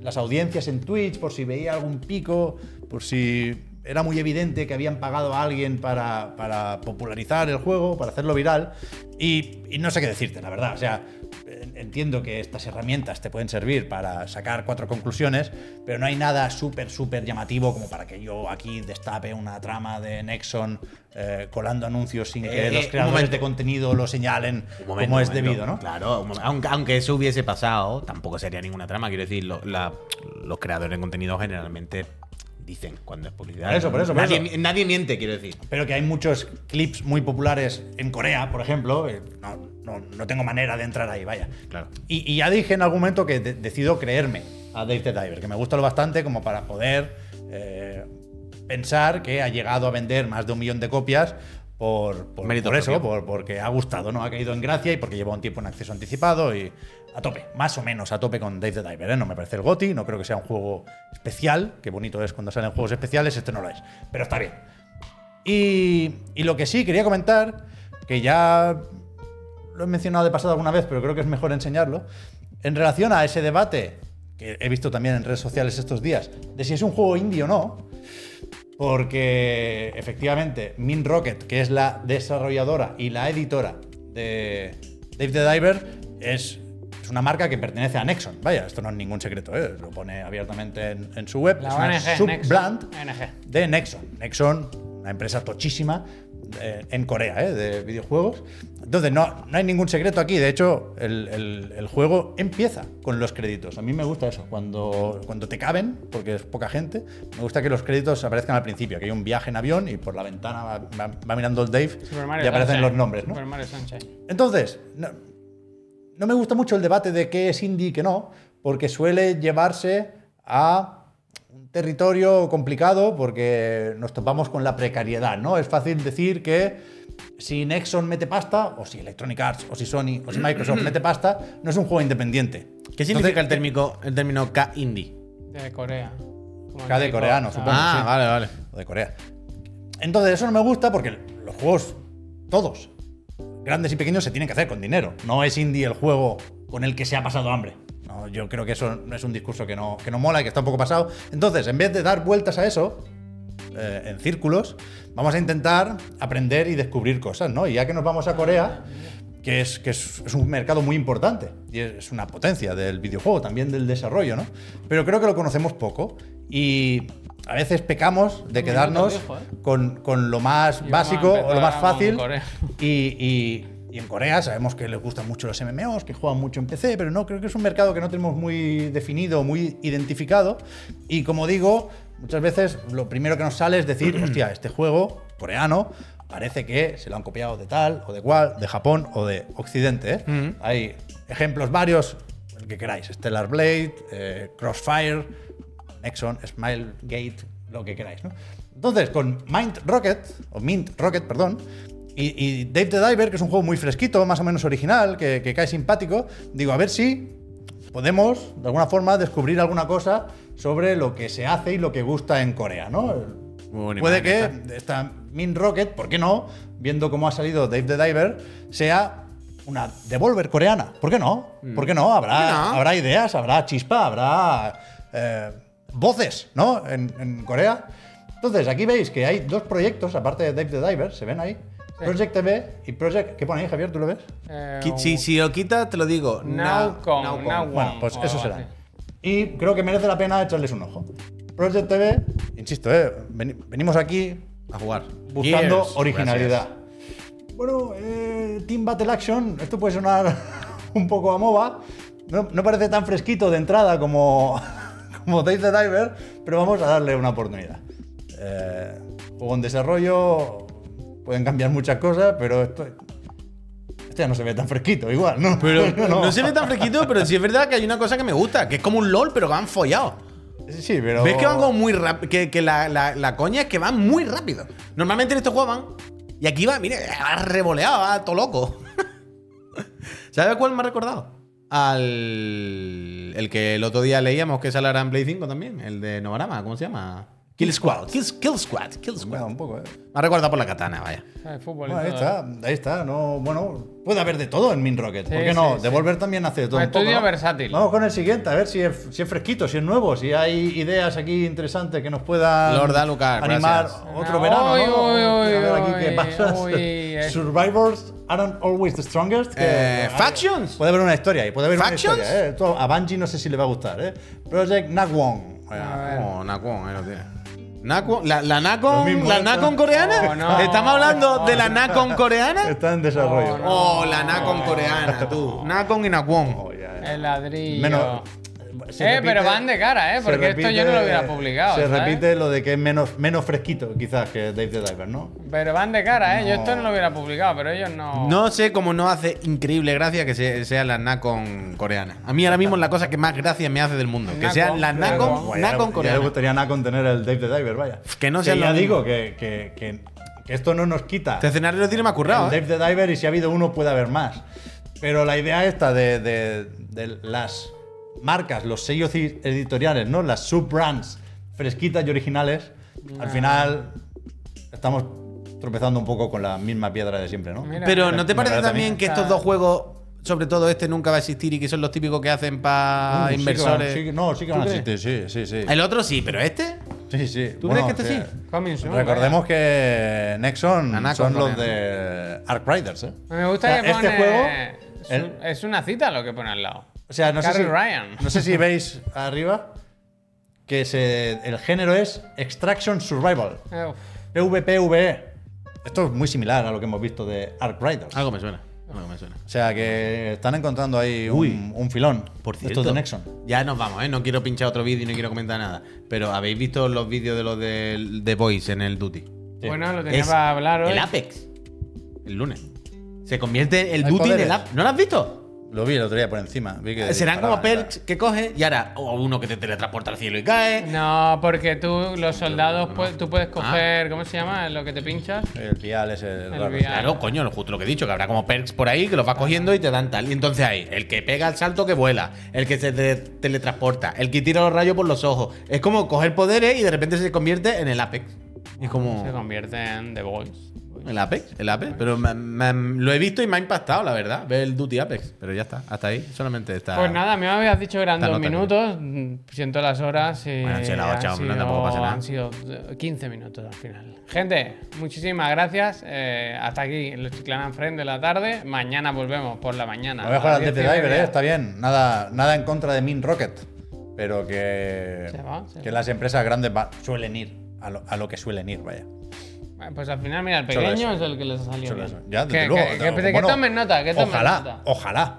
C: las audiencias en Twitch, por si veía algún pico, por si era muy evidente que habían pagado a alguien para, para popularizar el juego, para hacerlo viral, y, y no sé qué decirte, la verdad. O sea, en- entiendo que estas herramientas te pueden servir para sacar cuatro conclusiones, pero no hay nada súper, súper llamativo como para que yo aquí destape una trama de Nexon eh, colando anuncios sin que
B: Eh, eh,
C: los
B: un
C: creadores
B: momento.
C: de contenido lo señalen
B: Un momento,
C: como es
B: un momento.
C: debido, ¿no?
B: Claro, un momento. aunque, aunque eso hubiese pasado, tampoco sería ninguna trama. Quiero decir, lo- la- los creadores de contenido generalmente dicen cuando es publicidad.
C: Por eso, por eso, por
B: nadie,
C: eso.
B: nadie miente, quiero decir.
C: pero que hay muchos clips muy populares en Corea, por ejemplo. eh, No, no- no tengo manera de entrar ahí, vaya.
B: Claro.
C: Y, y ya dije en algún momento que de- decido creerme a Dave the Diver, que me gusta lo bastante como para poder eh, pensar que ha llegado a vender más de un millón de copias por, por,
B: Mérito
C: por eso,
B: propio.
C: por- porque ha gustado, ¿no? Ha caído en gracia y porque lleva un tiempo en acceso anticipado y a tope, más o menos a tope con Dave the Diver, ¿eh? No me parece el GOTI, no creo que sea un juego especial, que bonito es cuando salen juegos especiales, este no lo es, pero está bien. Y, y lo que sí quería comentar, que ya lo he mencionado de pasado alguna vez, pero creo que es mejor enseñarlo, en relación a ese debate que he visto también en redes sociales estos días, de si es un juego indie o no, porque efectivamente Min Rocket, que es la desarrolladora y la editora de Dave the Diver, es, es una marca que pertenece a Nexon. Vaya, esto no es ningún secreto, ¿eh? lo pone abiertamente en, en su web.
A: La
C: es una
A: ONG.
C: subbrand
A: Nexon. ONG.
C: de Nexon. Nexon, una empresa tochísima eh, en Corea, ¿eh? de videojuegos. Entonces, no, no hay ningún secreto aquí. De hecho, el, el- el juego empieza con los créditos. A mí me gusta eso, cuando, cuando te caben, porque es poca gente, me gusta que los créditos aparezcan al principio, que hay un viaje en avión y por la ventana va, va- va mirando el Dave
A: Super Mario
C: y aparecen
A: Sunshine.
C: los nombres. ¿no?
A: Super Mario Sunshine.
C: Entonces, no, no me gusta mucho el debate de qué es indie y qué no, porque suele llevarse a un territorio complicado porque nos topamos con la precariedad, ¿no? Es fácil decir que si Nexon mete pasta, o si Electronic Arts, o si Sony, o si Microsoft mete pasta, no es un juego independiente.
B: ¿Qué significa el término, el término K-indie?
A: De Corea. Como
C: K de
A: tipo,
C: coreano,
A: o sea,
C: supongo.
B: Ah,
C: sí.
B: vale, vale.
C: o de Corea. Entonces, eso no me gusta porque los juegos, todos, grandes y pequeños, se tienen que hacer con dinero. No es indie el juego con el que se ha pasado hambre. No, yo creo que eso no es un discurso que no, que no mola y que está un poco pasado. Entonces, en vez de dar vueltas a eso, eh, en círculos, vamos a intentar aprender y descubrir cosas, ¿no? Y ya que nos vamos a Corea, que es, que es, es un mercado muy importante y es, es una potencia del videojuego, también del desarrollo, ¿no? Pero creo que lo conocemos poco y a veces pecamos de
A: Un
C: quedarnos
A: minuto viejo, ¿eh?
C: con, con lo más
A: Y
C: básico
A: vamos a
C: o lo más
A: empezar
C: fácil.
A: con Corea.
C: Y, y- y en Corea sabemos que les gustan mucho los MMOs, que juegan mucho en PC, pero no, creo que es un mercado que no tenemos muy definido, muy identificado. Y como digo, muchas veces lo primero que nos sale es decir, hostia, este juego coreano parece que se lo han copiado de tal o de cual, de Japón o de Occidente. ¿eh? Hay ejemplos varios, el que queráis, Stellar Blade, eh, Crossfire, Nexon, Smilegate, lo que queráis, ¿no? Entonces, con Mind Rocket, o Mint Rocket, perdón, y, y Dave the Diver, que es un juego muy fresquito, más o menos original, que, que cae simpático, digo, a ver si podemos, de alguna forma, descubrir alguna cosa sobre lo que se hace y lo que gusta en Corea, ¿no?
B: Muy buena
C: Puede que
B: imagen
C: esta Min Rocket, ¿por qué no? Viendo cómo ha salido Dave the Diver, sea una Devolver coreana. ¿Por qué no? ¿Por qué no? Habrá,
B: ¿Por qué no?
C: habrá ideas, habrá chispa, habrá eh, voces, ¿no? En, en Corea. Entonces, aquí veis que hay dos proyectos, aparte de Dave the Diver, se ven ahí. Project TV y Project. ¿Qué pone ahí, Javier? ¿Tú lo ves?
A: Eh,
B: Qui- Si, si lo quitas, te lo digo. Na-
A: Naucom,
B: Naucom.
A: Naucom.
C: Bueno, pues
A: o
C: eso
A: algo
C: será.
A: así.
C: Y creo que merece la pena echarles un ojo. Project TV, insisto, eh, veni- venimos aquí
B: A jugar.
C: buscando
B: Gears,
C: originalidad. Bueno, eh, Team Battle Action, esto puede sonar un poco a MOBA. No, no parece tan fresquito de entrada como, como Dave the Diver, pero vamos a darle una oportunidad. Eh, juego en desarrollo, pueden cambiar muchas cosas, pero esto, esto ya no se ve tan fresquito, igual, ¿no?
B: gracias. Pero
C: No.
B: no se ve tan fresquito, pero sí es verdad que hay una cosa que me gusta, que es como un LOL, pero que van follados.
C: Sí, pero.
B: ¿Ves que van como muy rápido? Que, que la, la- la coña es que van muy rápido. Normalmente en estos juegos van. Y aquí va, mire, va revoleado, va todo loco. ¿Sabes cuál me ha recordado? Al. El que el otro día leíamos que sale ahora en Play 5 también. El de Novarama, ¿cómo se llama? Kill Squad. Kill, Kill Squad. Kill Squad.
C: Bueno, un poco, eh.
B: Me ha recordado por la katana, vaya.
A: Ah, el fútbol y
C: Bueno, ahí
A: todo.
C: está, ahí está. No, bueno, puede haber de todo en Min Rocket.
A: Sí,
C: ¿Por qué no?
A: sí, sí.
C: Devolver también hace de todo.
A: Un
C: Un poco,
A: estudio
C: ¿no?
A: versátil.
C: Vamos con el siguiente, a ver si es, si es fresquito, si es nuevo, si hay ideas aquí interesantes que nos puedan
B: Lord Alucard,
C: animar
B: gracias.
C: otro
A: Ah,
C: verano.
A: uy,
C: ¿no?
A: uy, uy,
C: a ver aquí qué
A: uy,
C: pasa.
A: uy, eh.
C: Survivors aren't always the strongest. que-
B: Eh,
C: hay-
B: Factions.
C: Puede haber una historia ahí, puede haber
B: Factions.
C: una historia. ¿eh? Esto a Bungie no sé si le va a gustar. ¿eh? Project eh, Nagwon.
A: ver.
B: No, Nakon, eh, lo tiene. Nakon- la, la Nakon,
C: Lo mismo,
B: la
C: ¿eh?
B: Nakon coreana.
A: No, no.
B: ¿Estamos hablando de la
A: No.
B: Nakon coreana?
C: Está en desarrollo.
A: No, no.
B: Oh, la Nakon coreana, tú. Nakon y Nakon.
C: Oh, ya, ya.
A: El ladrillo.
C: Menos. se
A: Eh,
C: repite-
A: pero van de cara, ¿eh?
C: se
A: Porque esto yo no lo hubiera
C: repite-
A: publicado,
C: Se
A: ¿sabes?
C: repite lo de que es menos, menos fresquito, quizás, que Dave the Diver, ¿no?
A: Pero van de cara, ¿eh? Yo esto
C: No.
A: no lo hubiera publicado, pero ellos no.
B: No sé cómo no hace increíble gracia que se- sea la Nakon coreana. A mí ahora mismo es la cosa que más gracia me hace del mundo. Que sea la
A: Nakon,
B: Nakon,
C: ya le-
B: Nakon
C: Ya le
B: coreana.
C: gustaría a Nacon tener el Dave the Diver, vaya.
B: Que no sea lo
C: ya
B: mismo.
C: digo que, que, que, que esto no nos quita.
B: Este escenario lo tiene más currado.
C: el
B: ¿eh?
C: Dave the Diver y si ha habido uno puede haber más. Pero la idea esta de, de- de las marcas, los sellos i- editoriales, ¿no? Las subbrands fresquitas y originales, al final estamos tropezando un poco con la misma piedra de siempre, ¿no?
A: Mira.
B: Pero ¿no te
C: Me
B: parece
C: parece a mí.
B: también que estos dos juegos, sobre todo este, nunca va a existir y que son los típicos que hacen para
C: Sí que van-
B: Ah, inversores?
C: sí que- no, sí que van a
A: ¿Tú
C: existir, sí, sí, sí.
B: El otro sí, pero este.
C: Sí, sí.
B: ¿Tú crees que este sí?
A: Coming soon,
C: Recordemos que Nexon
B: Anaco,
C: son los
B: coño.
C: de Ark Riders, ¿eh?
A: Me gusta
C: O sea,
A: que pone.
C: Este juego.
A: es,
C: el-
A: un- es una cita lo que pone al lado.
C: O sea, no sé,
A: Carrie
C: si,
A: Ryan.
C: no sé si veis arriba que se- el género es Extraction Survival,
A: Eh, uf.
C: PvPVE. E. Esto es muy similar a lo que hemos visto de Ark Riders.
B: Algo me suena. Algo me suena.
C: O sea, que están encontrando ahí un, un filón.
B: Por cierto,
C: Estos de Nexon.
B: Ya nos vamos, ¿eh? No quiero pinchar otro vídeo y no quiero comentar nada. Pero habéis visto los vídeos de los de, de Boys en el Duty.
A: Bueno, lo tenía
B: Es
A: para hablar hoy.
B: El Apex. El lunes. Se convierte el
C: Hay
B: Duty en
C: poderes.
B: el Apex. ¿No lo has visto?
C: Lo vi el otro día por encima. vi
A: Eh,
C: que
B: Serán
C: disparaban
B: como
C: y tal.
B: perks que coges y ahora o uno que te teletransporta al cielo y cae.
A: No, porque tú, los soldados, pu- tú puedes coger. ¿Cómo se llama? Lo que te pinchas.
C: El vial es el,
A: El
C: raro.
A: vial.
B: Claro, coño, lo justo lo que he dicho, que habrá como perks por ahí que los vas cogiendo y te dan tal. Y entonces hay el que pega el salto que vuela, el que se te- teletransporta, el que tira los rayos por los ojos. Es como coger poderes y de repente se convierte en el Apex. Es
A: Se
B: como.
A: convierte en The Voice.
B: El Apex, el Apex. Pero me- me- lo he visto y me ha impactado, la verdad. Ver el Duty Apex. Pero ya está, hasta ahí. Solamente está.
A: Pues nada, me habías dicho que eran
B: Esta
A: dos
B: nota,
A: minutos. mm, Siento las horas y.
B: Bueno, si a las
A: han
B: ocho, hombre,
A: sido-
B: tampoco pasa nada.
A: Han sido eh, 15 minutos al final. Gente, muchísimas gracias. eh, hasta aquí los Chiclana Friend de la tarde. Mañana volvemos por la mañana.
C: A lo mejor
A: las
C: al Death
A: diez y
C: Diver,
A: media.
C: eh, está bien. Nada, nada en contra de Min Rocket. Pero que,
A: Se va, se
C: que
A: va.
C: las empresas grandes va- suelen ir a lo, a lo que suelen ir, vaya.
A: Bueno, Pues al final, mira, el
C: Solo
A: pequeño
C: eso.
A: es el que les ha salido.
C: Solo
A: bien.
C: eso. Ya, desde
A: que,
C: luego.
A: que-
C: da-
A: que- que
C: bueno,
A: tomen nota, que tomen
C: ojalá,
A: nota.
C: ojalá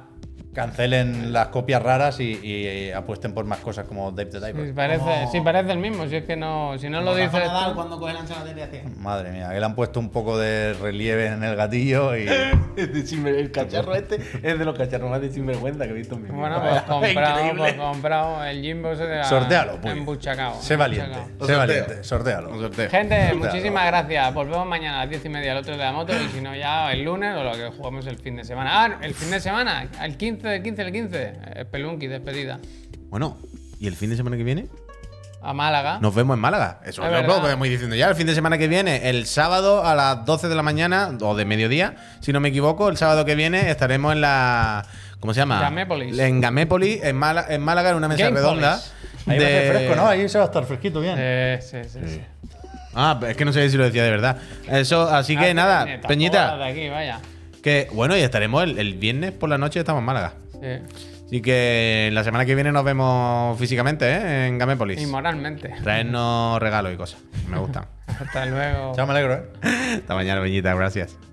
C: cancelen las copias raras y, y apuesten por más cosas como Dave the Diver.
A: Si parece, si parece el mismo, si es que no, si no lo dices. tú-
B: cuando coge la ensalada
C: Madre mía, que le han puesto un poco de relieve en el gatillo y.
B: El cacharro este es de los cacharros más de sinvergüenza que he visto en mi vida.
A: Bueno, pues comprado, pues
B: Increíble.
A: comprado el Jimbo se te ha
C: Sortealo, pues.
A: embuchacao,
C: Sé valiente,
A: embuchacao.
C: sé
B: sorteo.
C: valiente, sortealo.
B: Un sorteo.
A: Gente, muchísimas gracias. Volvemos mañana a las 10 y media al otro de la moto y si no ya el lunes o lo que jugamos el fin de semana. Ah, el fin de semana, el 15. 15 del 15 del 15. Spelunky, despedida.
B: Bueno, ¿y el fin de semana que viene?
A: A Málaga.
B: Nos vemos en Málaga. Eso
A: Es
B: es lo que
A: verdad.
B: podemos ir diciendo ya. El fin de semana que viene, el sábado a las 12 de la mañana o de mediodía, si no me equivoco, el sábado que viene estaremos en la. ¿Cómo se llama?
A: Gamépolis.
B: En Gamépolis, en, Mala- en Málaga, en una mesa
A: Gamepolis.
B: redonda.
C: Ahí va a
B: de-
C: ser fresco, ¿no? Ahí se va a estar fresquito bien.
A: Eh, sí, sí, sí.
B: Ah, es que no sé si lo decía de verdad. Eso, así que
A: Ah,
B: nada,
A: neta,
B: Peñita,
A: jodas de aquí, vaya.
B: que bueno, y estaremos el, el viernes por la noche, estamos en Málaga.
A: Sí.
B: Así que la semana que viene nos vemos físicamente, ¿eh? En Gamépolis.
A: Y moralmente.
B: Traernos regalos y cosas. Me gustan.
A: Hasta luego.
C: Chao, me alegro, ¿eh?
B: Hasta mañana, Peñita, gracias.